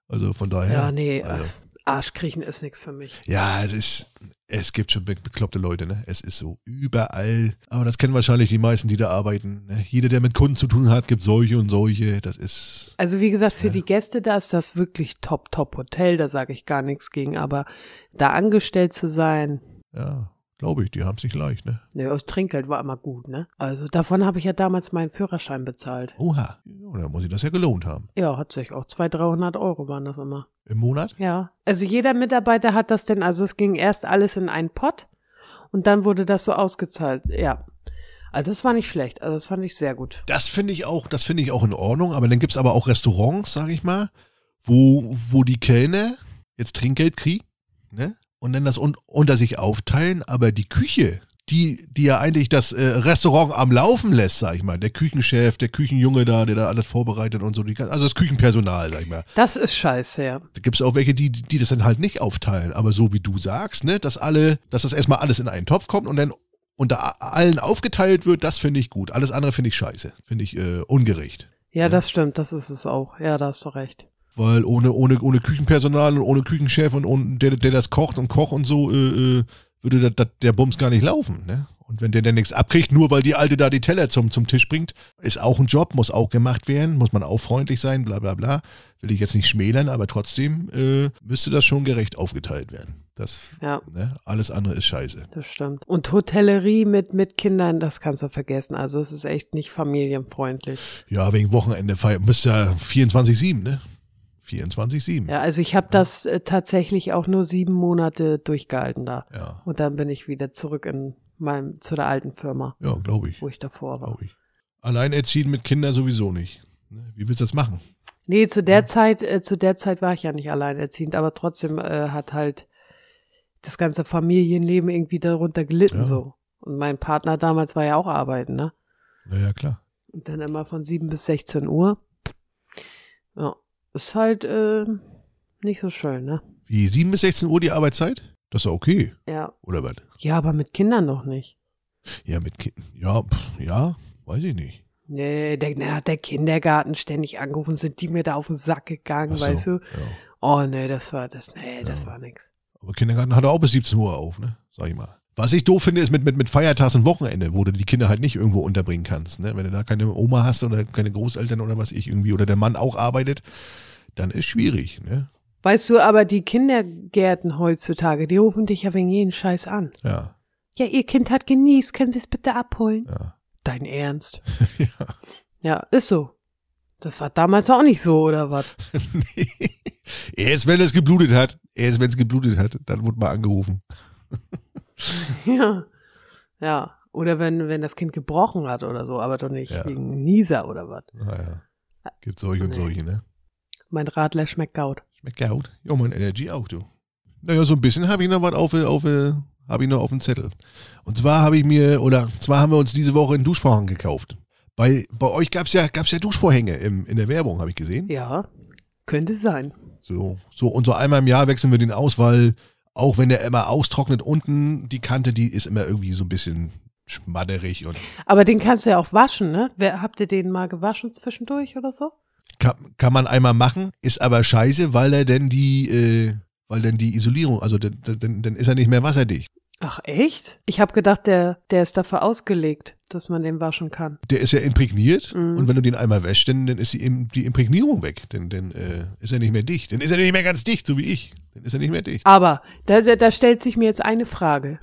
[SPEAKER 1] Also von daher.
[SPEAKER 2] Ja, nee,
[SPEAKER 1] Also,
[SPEAKER 2] Arschkriechen ist nichts für mich.
[SPEAKER 1] ja, es ist, es gibt schon be- bekloppte Leute, ne? Es ist so überall. Aber das kennen wahrscheinlich die meisten, die da arbeiten. Ne? Jeder, der mit Kunden zu tun hat, gibt solche und solche. Das ist.
[SPEAKER 2] Also wie gesagt, für die Gäste da ist das wirklich top, top Hotel, da sage ich gar nichts gegen, aber da angestellt zu sein,
[SPEAKER 1] Ja, Glaube ich, die haben es nicht leicht, ne?
[SPEAKER 2] Ne, das Trinkgeld war immer gut, ne? Also davon habe ich ja damals meinen Führerschein bezahlt.
[SPEAKER 1] Oha. Ja, dann muss ich das ja gelohnt haben.
[SPEAKER 2] Ja, hat sich auch 200, 300 Euro waren das immer.
[SPEAKER 1] Im Monat?
[SPEAKER 2] Ja. Also jeder Mitarbeiter hat das denn, also es ging erst alles in einen Pott und dann wurde das so ausgezahlt. Ja. Also das war nicht schlecht, also das fand ich sehr gut.
[SPEAKER 1] Das finde ich auch, das finde ich auch in Ordnung, aber dann gibt es aber auch Restaurants, sage ich mal, wo, wo die Kellner jetzt Trinkgeld kriegen, ne? Und dann das un unter sich aufteilen, aber die Küche, die, die ja eigentlich das äh, Restaurant am Laufen lässt, sag ich mal, der Küchenchef, der Küchenjunge da, der da alles vorbereitet und so, die, gan- also das Küchenpersonal, sag ich mal.
[SPEAKER 2] Das ist scheiße, ja.
[SPEAKER 1] Da gibt es auch welche, die, die das dann halt nicht aufteilen, aber so wie du sagst, ne, dass alle, dass das erstmal alles in einen Topf kommt und dann unter a- allen aufgeteilt wird, das finde ich gut. Alles andere finde ich scheiße, finde ich äh, ungerecht.
[SPEAKER 2] Ja, das stimmt, das ist es auch. Ja, da hast du recht.
[SPEAKER 1] Weil ohne, ohne, ohne Küchenpersonal und ohne Küchenchef und, und der, der das kocht und Koch und so, äh, äh, würde da, da, der Bums gar nicht laufen. Ne? Und wenn der dann nichts abkriegt, nur weil die Alte da die Teller zum, zum Tisch bringt, ist auch ein Job, muss auch gemacht werden, muss man auch freundlich sein, bla bla bla. Will ich jetzt nicht schmälern, aber trotzdem äh, müsste das schon gerecht aufgeteilt werden. Das,
[SPEAKER 2] Ja.
[SPEAKER 1] ne? Alles andere ist scheiße.
[SPEAKER 2] Das stimmt. Und Hotellerie mit, mit Kindern, das kannst du vergessen. Also es ist echt nicht familienfreundlich.
[SPEAKER 1] Ja, wegen Wochenende feiern, müsste ja 24-7, ne? 24-7.
[SPEAKER 2] Ja, also ich habe das äh, tatsächlich auch nur sieben Monate durchgehalten da.
[SPEAKER 1] Ja,
[SPEAKER 2] Und dann bin ich wieder zurück in meinem, zu der alten Firma,
[SPEAKER 1] ja glaube ich.
[SPEAKER 2] wo ich davor war.
[SPEAKER 1] glaube Oh, ich. Alleinerziehen mit Kindern sowieso nicht. Ne? Wie willst du das machen?
[SPEAKER 2] Nee, zu der Zeit, äh, zu der Zeit war ich ja nicht alleinerziehend, aber trotzdem äh, hat halt das ganze Familienleben irgendwie darunter gelitten
[SPEAKER 1] Ja.
[SPEAKER 2] so. Und mein Partner damals war ja auch arbeiten, ne?
[SPEAKER 1] Naja, klar.
[SPEAKER 2] Und dann immer von 7 bis 16 Uhr. Ja, ist halt äh, nicht so schön, ne?
[SPEAKER 1] Wie, 7 bis 16 Uhr die Arbeitszeit? Das ist ja okay,
[SPEAKER 2] Ja.
[SPEAKER 1] oder was?
[SPEAKER 2] Ja, aber mit Kindern noch nicht.
[SPEAKER 1] Ja, mit Kindern. Ja, pff, ja, weiß ich nicht.
[SPEAKER 2] Nee, der, na, hat der Kindergarten ständig angerufen, sind die mir da auf den Sack gegangen,
[SPEAKER 1] Ach so,
[SPEAKER 2] weißt du?
[SPEAKER 1] Ja.
[SPEAKER 2] Oh nee, das war das, nee, das
[SPEAKER 1] Ja.
[SPEAKER 2] war nix.
[SPEAKER 1] Aber Kindergarten hat er auch bis 17 Uhr auf, ne? Sag ich mal. Was ich doof finde, ist mit, mit, mit Feiertags und Wochenende, wo du die Kinder halt nicht irgendwo unterbringen kannst. Ne? Wenn du da keine Oma hast oder keine Großeltern oder was ich irgendwie, oder der Mann auch arbeitet, dann ist schwierig. Ne?
[SPEAKER 2] Weißt du, aber die Kindergärten heutzutage, die rufen dich ja wegen jeden Scheiß an.
[SPEAKER 1] Ja,
[SPEAKER 2] Ja, ihr Kind hat genießt, können Sie es bitte abholen?
[SPEAKER 1] ja.
[SPEAKER 2] Dein Ernst?
[SPEAKER 1] ja.
[SPEAKER 2] Ja, ist so. Das war damals auch nicht so, oder was?
[SPEAKER 1] Nee. Erst wenn es geblutet hat, erst wenn es geblutet hat, dann wurde mal angerufen.
[SPEAKER 2] Ja. Ja. Oder wenn, wenn das Kind gebrochen hat oder so, aber doch nicht
[SPEAKER 1] Ja.
[SPEAKER 2] wegen Nieser oder was.
[SPEAKER 1] Naja. Gibt solche und
[SPEAKER 2] Nee.
[SPEAKER 1] solche, ne?
[SPEAKER 2] Mein Radler schmeckt gaut.
[SPEAKER 1] Schmeckt ja gut. Ja, mein Energy auch, du. Naja, so ein bisschen habe ich noch was auf, auf, hab ich noch auf dem Zettel. Und zwar habe ich mir, oder zwar haben wir uns diese Woche einen Duschvorhang gekauft. Bei, bei euch gab es ja, gab's ja Duschvorhänge im, in der Werbung, habe ich gesehen.
[SPEAKER 2] Ja, könnte sein.
[SPEAKER 1] So, so und so einmal im Jahr wechseln wir den aus, weil auch wenn der immer austrocknet unten, die Kante, die ist immer irgendwie so ein bisschen schmadderig und
[SPEAKER 2] Aber den kannst du ja auch waschen, ne? Wer, habt ihr den mal gewaschen zwischendurch oder so?
[SPEAKER 1] kann, kann man einmal machen, ist aber scheiße, weil er denn die, äh, weil denn die Isolierung, also dann, dann, dann ist er nicht mehr wasserdicht.
[SPEAKER 2] Ach echt? Ich habe gedacht, der, der ist dafür ausgelegt, dass man den waschen kann.
[SPEAKER 1] Der ist ja imprägniert
[SPEAKER 2] Mhm.
[SPEAKER 1] und wenn du den einmal wäschst, dann, dann ist die, Im- die Imprägnierung weg. Dann, dann äh, ist er nicht mehr dicht. Dann ist er nicht mehr ganz dicht, so wie ich. Dann ist er nicht mehr dicht.
[SPEAKER 2] Aber da, da stellt sich mir jetzt eine Frage.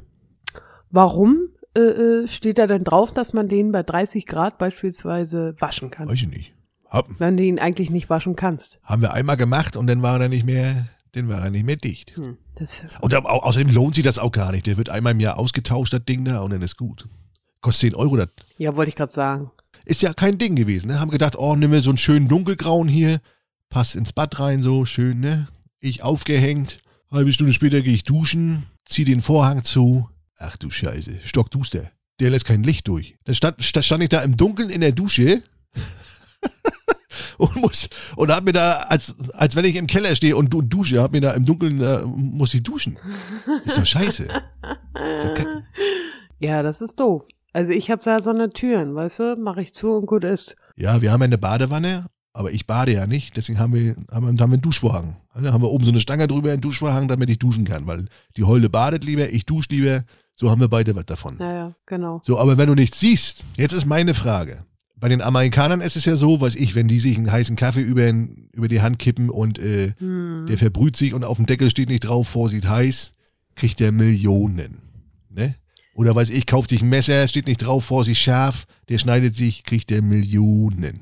[SPEAKER 2] Warum äh, äh, steht da denn drauf, dass man den bei 30 Grad beispielsweise waschen kann?
[SPEAKER 1] Weiß Oh, ich nicht. Hab,
[SPEAKER 2] Wenn du ihn eigentlich nicht waschen kannst.
[SPEAKER 1] haben wir einmal gemacht und dann war er nicht mehr, dann au- war er nicht mehr dicht.
[SPEAKER 2] Hm. Das
[SPEAKER 1] Und äh, au- au- außerdem lohnt sich das auch gar nicht. Der wird einmal im Jahr ausgetauscht, das Ding da, und dann ist gut. Kostet 10 Euro, das
[SPEAKER 2] Ja, wollte ich gerade sagen.
[SPEAKER 1] ist ja kein Ding gewesen. Ne? Haben gedacht, oh, nimm mir so einen schönen dunkelgrauen hier, passt ins Bad rein, so schön, ne? Ich aufgehängt. Halbe Stunde später gehe ich duschen, zieh den Vorhang zu. Ach du Scheiße, stockduster. Der lässt kein Licht durch. Da stand, sta- stand ich da im Dunkeln in der Dusche und muss und hab mir da, als, als wenn ich im Keller stehe und du, dusche, hab mir da im Dunkeln, äh, muss ich duschen. Ist doch scheiße. Ist doch kack-
[SPEAKER 2] Ja, das ist doof. Also ich habe da so eine Türen, weißt du, mache ich zu und gut ist.
[SPEAKER 1] Ja, wir haben ja eine Badewanne, aber ich bade ja nicht, deswegen haben wir, haben, wir- haben wir einen Duschvorhang. Also Da haben wir oben so eine Stange drüber, einen Duschvorhang, damit ich duschen kann, weil die Heule badet lieber, ich dusche lieber, so haben wir beide was davon.
[SPEAKER 2] Naja, genau.
[SPEAKER 1] So, aber wenn du nichts siehst, jetzt ist meine Frage. Bei den Amerikanern ist es ja so, weiß ich, wenn die sich einen heißen Kaffee über, den- über die Hand kippen und äh,
[SPEAKER 2] Hm.
[SPEAKER 1] der verbrüht sich und auf dem Deckel steht nicht drauf, Vorsicht heiß, kriegt der Millionen. Ne? Oder weiß ich, kauft sich ein Messer, steht nicht drauf, vor sich scharf, der schneidet sich, kriegt der Millionen.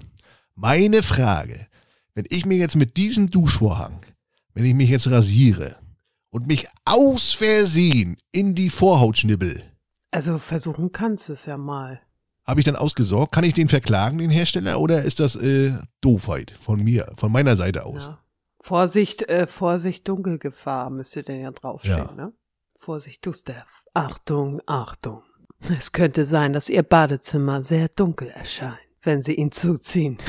[SPEAKER 1] Meine Frage, wenn ich mir jetzt mit diesem Duschvorhang, wenn ich mich jetzt rasiere und mich aus Versehen in die Vorhaut schnibbel,
[SPEAKER 2] Also versuchen kannst du es ja mal.
[SPEAKER 1] habe ich dann ausgesorgt? Kann ich den verklagen, den Hersteller, oder ist das äh, Doofheit von mir, von meiner Seite aus?
[SPEAKER 2] Ja. ne? Vorsicht, äh, Vorsicht, Dunkelgefahr müsste denn ja draufstehen,
[SPEAKER 1] Ja.
[SPEAKER 2] ne? Vorsicht, Duster. Achtung, Achtung. Es könnte sein, dass Ihr Badezimmer sehr dunkel erscheint, wenn Sie ihn zuziehen.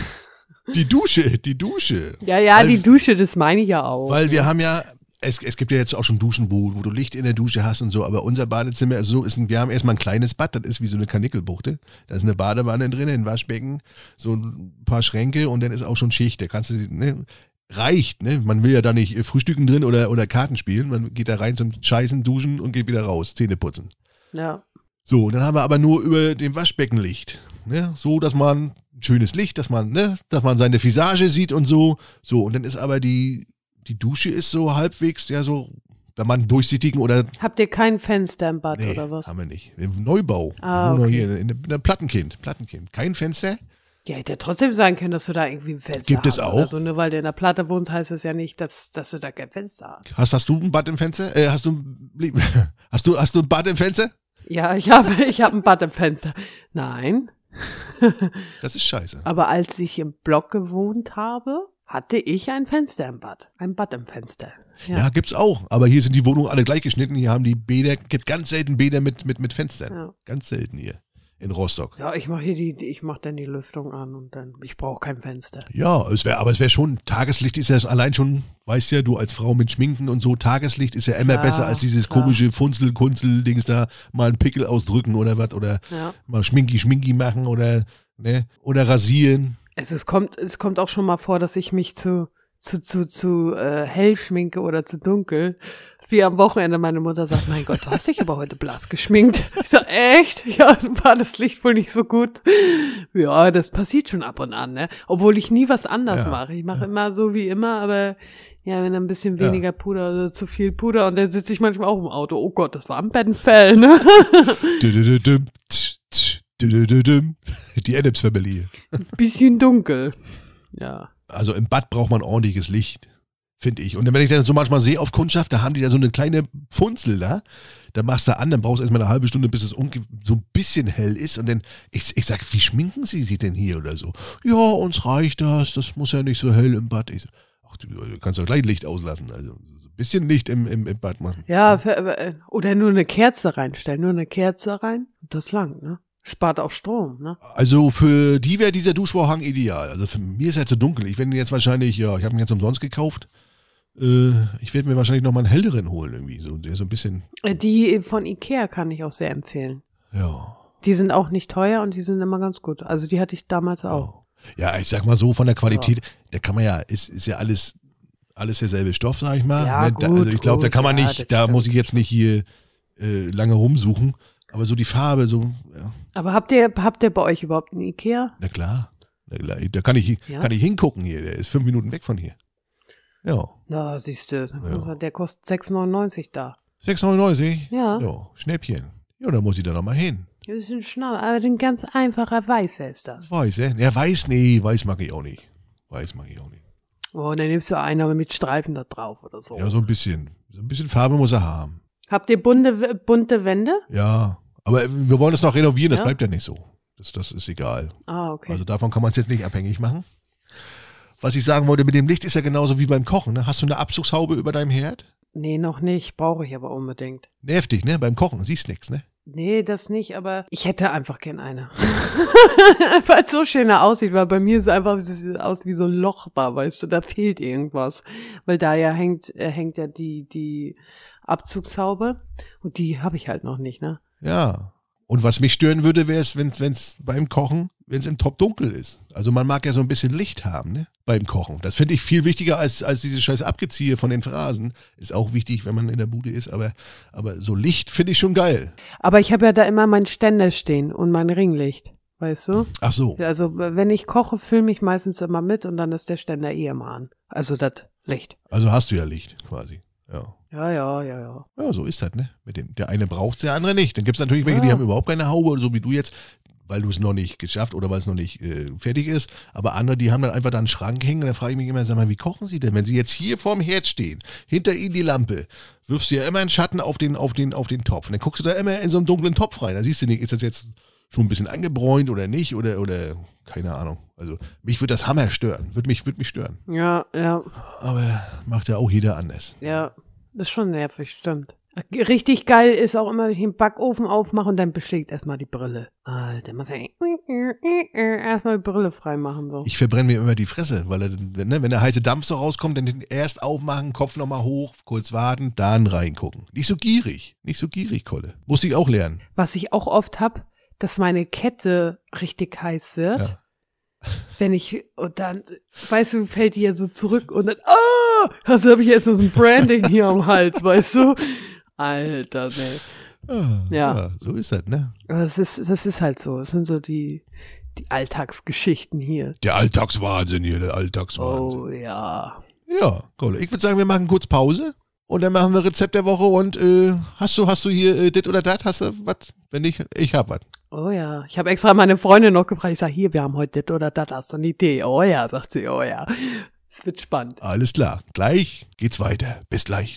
[SPEAKER 1] Die Dusche, die Dusche.
[SPEAKER 2] Ja, ja,
[SPEAKER 1] Weil-
[SPEAKER 2] die Dusche, das meine ich ja auch.
[SPEAKER 1] Also Weil wir haben ja, es, es gibt ja jetzt auch schon Duschen, wo, wo du Licht in der Dusche hast und so, aber unser Badezimmer ist so, ist ein, wir haben erstmal ein kleines Bad, das ist wie so eine Kanickelbuchte. Da ist eine Badewanne drin, ein Waschbecken, so ein paar Schränke und dann ist auch schon Schicht. Da kannst du, ne, reicht, ne? Man will ja da nicht äh, frühstücken drin oder, oder Karten spielen. Man geht da rein zum Scheißen, Duschen und geht wieder raus, Zähne putzen.
[SPEAKER 2] ja.
[SPEAKER 1] So, und dann haben wir aber nur über dem Waschbecken Licht. Ne? So, dass man ein schönes Licht, dass man, ne, dass man seine Visage sieht und so. So, und dann ist aber die, die Dusche ist so halbwegs, ja, so, wenn man durchsichtigen oder.
[SPEAKER 2] Habt ihr kein Fenster im Bad
[SPEAKER 1] Nee,
[SPEAKER 2] oder was?
[SPEAKER 1] haben wir nicht. Im Neubau.
[SPEAKER 2] Ah,
[SPEAKER 1] Nur noch
[SPEAKER 2] okay.
[SPEAKER 1] hier, in, in, in Plattenkind. Plattenkind. Kein Fenster.
[SPEAKER 2] Ja, hätte ja trotzdem sein können, dass du da irgendwie ein Fenster
[SPEAKER 1] Gibt es
[SPEAKER 2] hast.
[SPEAKER 1] auch?
[SPEAKER 2] oder so, ne? Weil du in der Platte wohnst, heißt das ja nicht, dass, dass du da kein Fenster hast.
[SPEAKER 1] Hast, hast du ein Bad im Fenster? Äh, hast du ein, hast du, hast du ein Bad im Fenster?
[SPEAKER 2] Ja, ich habe ich hab ein Bad im Fenster. Nein.
[SPEAKER 1] Das ist scheiße.
[SPEAKER 2] Aber als ich im Block gewohnt habe, hatte ich ein Fenster im Bad. Ein Bad im Fenster.
[SPEAKER 1] Ja. gibt's auch. Aber hier sind die Wohnungen alle gleich geschnitten. Hier haben die Bäder, gibt ganz selten Bäder mit, mit, mit Fenstern.
[SPEAKER 2] Ja.
[SPEAKER 1] Ganz selten hier. In Rostock.
[SPEAKER 2] Ja, ich mache hier die, die- ich mache dann die Lüftung an und dann, ich brauche kein Fenster.
[SPEAKER 1] Ja, es wär, aber es wäre schon, Tageslicht ist ja allein schon, weißt ja, du als Frau mit Schminken und so, Tageslicht ist ja immer
[SPEAKER 2] Klar,
[SPEAKER 1] besser als dieses
[SPEAKER 2] klar.
[SPEAKER 1] komische Funzel-Kunzel-Dings da, mal einen Pickel ausdrücken oder was, oder
[SPEAKER 2] Ja.
[SPEAKER 1] mal Schminki-Schminki machen oder, ne, oder rasieren.
[SPEAKER 2] Also es kommt, es kommt auch schon mal vor, dass ich mich zu, zu, zu, zu äh, hell schminke oder zu dunkel. Wie am Wochenende meine Mutter sagt, mein Gott, du hast dich aber heute blass geschminkt. Ich sag, echt? Ja, dann war das Licht wohl nicht so gut. Ja, das passiert schon ab und an, ne? Obwohl ich nie was anders
[SPEAKER 1] Ja,
[SPEAKER 2] mache. Ich mache immer so wie immer, aber ja, wenn ein bisschen weniger Puder oder zu viel Puder und dann sitze ich manchmal auch im Auto. Oh Gott, das war ein Bettenfell, ne?
[SPEAKER 1] Düdüdüdüm, tsch, tsch, düdüdüdüm. Die Adams-Familie.
[SPEAKER 2] bisschen dunkel. Ja.
[SPEAKER 1] also im Bad braucht man ordentliches Licht, finde ich. Und wenn ich dann so manchmal sehe auf Kundschaft, da haben die da so eine kleine Funzel da, dann machst du an, dann brauchst du erstmal eine halbe Stunde, bis es umge- so ein bisschen hell ist und dann, ich, ich sag, wie schminken sie sie denn hier oder so? Ja, uns reicht das, das muss ja nicht so hell im Bad. Ich so, ach, du, du kannst doch gleich Licht auslassen, also so ein bisschen Licht im, im, im Bad machen.
[SPEAKER 2] Ja, für, äh, oder nur eine Kerze reinstellen, nur eine Kerze rein. Das langt, ne? Spart auch Strom, ne?
[SPEAKER 1] Also für die wäre dieser Duschvorhang ideal. Also für mir ist er zu dunkel. Ich werde ihn jetzt wahrscheinlich, ja, ich habe ihn jetzt umsonst gekauft. Äh, ich werde mir wahrscheinlich nochmal einen helleren holen irgendwie. So, der ist so ein bisschen
[SPEAKER 2] Äh, Die von Ikea kann ich auch sehr empfehlen.
[SPEAKER 1] Ja.
[SPEAKER 2] Die sind auch nicht teuer und die sind immer ganz gut. Also die hatte ich damals auch.
[SPEAKER 1] Oh. Ja, ich sag mal so, von der Qualität, da kann man ja, ist, ist ja alles, alles derselbe Stoff, sag ich mal.
[SPEAKER 2] Ja,
[SPEAKER 1] da,
[SPEAKER 2] gut,
[SPEAKER 1] also ich glaube, da
[SPEAKER 2] gut,
[SPEAKER 1] kann man
[SPEAKER 2] ja, das
[SPEAKER 1] nicht, da
[SPEAKER 2] stimmt.
[SPEAKER 1] muss ich jetzt nicht hier äh, lange rumsuchen. Aber so die Farbe, so, ja,
[SPEAKER 2] Aber habt ihr, habt ihr bei euch überhaupt einen Ikea?
[SPEAKER 1] na klar. Na klar da kann ich,
[SPEAKER 2] Ja?
[SPEAKER 1] kann ich hingucken hier, der ist fünf Minuten weg von hier. Ja.
[SPEAKER 2] Na, siehst du,
[SPEAKER 1] Ja.
[SPEAKER 2] der kostet 6,99 da.
[SPEAKER 1] 6,99?
[SPEAKER 2] Ja.
[SPEAKER 1] Ja, Schnäppchen. Ja, da muss ich da nochmal hin.
[SPEAKER 2] Das ist ein Schnall, aber ein ganz einfacher Weißer ist das.
[SPEAKER 1] Weiß, äh? Ja, weiß, nee, weiß mag ich auch nicht. Weiß mag ich auch nicht.
[SPEAKER 2] Oh, und dann nimmst du einen aber mit Streifen da drauf oder so.
[SPEAKER 1] Ja, so ein bisschen. So ein bisschen Farbe muss er haben.
[SPEAKER 2] Habt ihr bunte, bunte Wände?
[SPEAKER 1] Ja, aber wir wollen es noch renovieren, das
[SPEAKER 2] Ja.
[SPEAKER 1] bleibt ja nicht so. Das, das ist egal.
[SPEAKER 2] Ah, okay.
[SPEAKER 1] Also davon kann man es jetzt nicht abhängig machen. Was ich sagen wollte, mit dem Licht ist ja genauso wie beim Kochen. Ne? Hast du eine Abzugshaube über deinem Herd?
[SPEAKER 2] nee, noch nicht. Brauche ich aber unbedingt.
[SPEAKER 1] Nervt dich, ne? Beim Kochen siehst nichts, ne?
[SPEAKER 2] Nee, das nicht, aber ich hätte einfach gern eine. weil es so schöner aussieht, weil bei mir ist einfach es sieht aus wie so ein Loch da, weißt du, da fehlt irgendwas. Weil da ja hängt, äh, hängt ja die, die Abzugshaube und die habe ich halt noch nicht, ne?
[SPEAKER 1] Ja. Und was mich stören würde, wäre es, wenn es beim Kochen, wenn es im Top dunkel ist. Also man mag ja so ein bisschen Licht haben, ne? Beim Kochen. Das finde ich viel wichtiger als, als diese scheiß Abgeziehe von den Phrasen. Ist auch wichtig, wenn man in der Bude ist, aber, aber so Licht finde ich schon geil.
[SPEAKER 2] Aber ich habe ja da immer meinen Ständer stehen und mein Ringlicht, weißt du?
[SPEAKER 1] Ach so.
[SPEAKER 2] Also wenn ich koche, filme ich meistens immer mit und dann ist der Ständer eh immer an. Also das Licht.
[SPEAKER 1] Also hast du ja Licht quasi. Ja.
[SPEAKER 2] Ja, ja, ja, ja.
[SPEAKER 1] ja, so ist das, ne? Mit dem, der eine braucht der andere nicht. Dann gibt es natürlich welche, die
[SPEAKER 2] Ja.
[SPEAKER 1] haben überhaupt keine Haube, so wie du jetzt, weil du es noch nicht geschafft oder weil es noch nicht äh, fertig ist. Aber andere, die haben dann einfach da einen Schrank hängen. Und da frage ich mich immer, sag mal, wie kochen sie denn? Wenn sie jetzt hier vorm Herd stehen, hinter ihnen die Lampe, wirfst du ja immer einen Schatten auf den, auf den, auf den Topf. Und dann guckst du da immer in so einen dunklen Topf rein. Da siehst du nicht, ist das jetzt schon ein bisschen angebräunt oder nicht oder, oder keine Ahnung. Also mich würde das Hammer stören. Würde mich, würde mich stören.
[SPEAKER 2] Ja, ja,
[SPEAKER 1] Aber macht ja auch jeder anders.
[SPEAKER 2] ja. Das ist schon nervig, stimmt. Richtig geil ist auch immer, wenn ich den Backofen aufmache und dann beschlägt erstmal die Brille. Alter, muss ich erstmal die Brille freimachen. So.
[SPEAKER 1] Ich verbrenne mir immer die Fresse, weil er, ne, wenn der heiße Dampf so rauskommt, dann erst aufmachen, Kopf nochmal hoch, kurz warten, dann reingucken. Nicht so gierig, nicht so gierig, Kolle. Muss ich auch lernen.
[SPEAKER 2] Was ich auch oft hab, dass meine Kette richtig heiß wird.
[SPEAKER 1] Ja.
[SPEAKER 2] Wenn ich, und dann, weißt du, fällt die ja so zurück und dann, ah, also habe ich erstmal so ein Branding hier am Hals, weißt du? Alter, nee.
[SPEAKER 1] Ah,
[SPEAKER 2] Ja.
[SPEAKER 1] so ist das, ne?
[SPEAKER 2] Aber das ist, das ist halt so. Das sind so die, die Alltagsgeschichten hier.
[SPEAKER 1] Der Alltagswahnsinn hier, der Alltagswahnsinn.
[SPEAKER 2] Oh ja.
[SPEAKER 1] Ja, Kolle. Ich würde sagen, wir machen kurz Pause und dann machen wir Rezept der Woche und äh, hast du, hast du hier äh, dit oder dat? Hast du was? Wenn nicht, ich hab was.
[SPEAKER 2] Oh ja. Ich habe extra meine Freundin noch gefragt. Ich sage, hier, wir haben heute das oder das. Hast du eine Idee? Oh ja, sagt sie, oh ja. Es wird spannend.
[SPEAKER 1] Alles klar. Gleich geht's weiter. Bis gleich.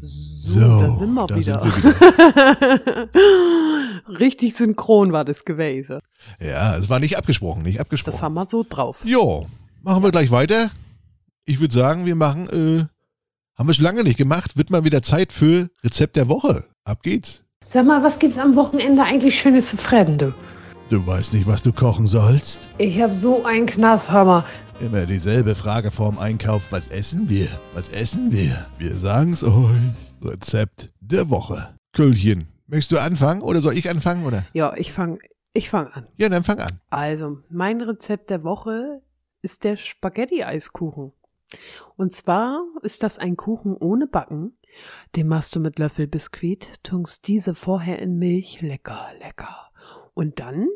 [SPEAKER 2] So, da sind wir
[SPEAKER 1] da
[SPEAKER 2] wieder.
[SPEAKER 1] Sind wir wieder.
[SPEAKER 2] Richtig synchron war das gewesen.
[SPEAKER 1] ja, es war nicht abgesprochen, nicht abgesprochen.
[SPEAKER 2] Das haben wir so drauf.
[SPEAKER 1] Jo, machen wir gleich weiter. Ich würde sagen, wir machen, äh, haben wir schon lange nicht gemacht, wird mal wieder Zeit für Rezept der Woche. Ab geht's.
[SPEAKER 3] Sag mal, was gibt's am Wochenende eigentlich Schönes zu fressen, du?
[SPEAKER 1] Du weißt nicht, was du kochen sollst.
[SPEAKER 3] Ich hab so einen Knast, hör mal.
[SPEAKER 1] Immer dieselbe Frage vorm Einkauf. Was essen wir? Was essen wir? Wir sagen's euch. Rezept der Woche. Köllchen, möchtest du anfangen oder soll ich anfangen oder?
[SPEAKER 2] Ja, ich fange ich fang an.
[SPEAKER 1] Ja, dann fang an.
[SPEAKER 2] Also, mein Rezept der Woche ist der Spaghetti-Eiskuchen. Und zwar ist das ein Kuchen ohne Backen. Den machst du mit Löffel Biskuit, tunkst diese vorher in Milch. Lecker, lecker. Und dann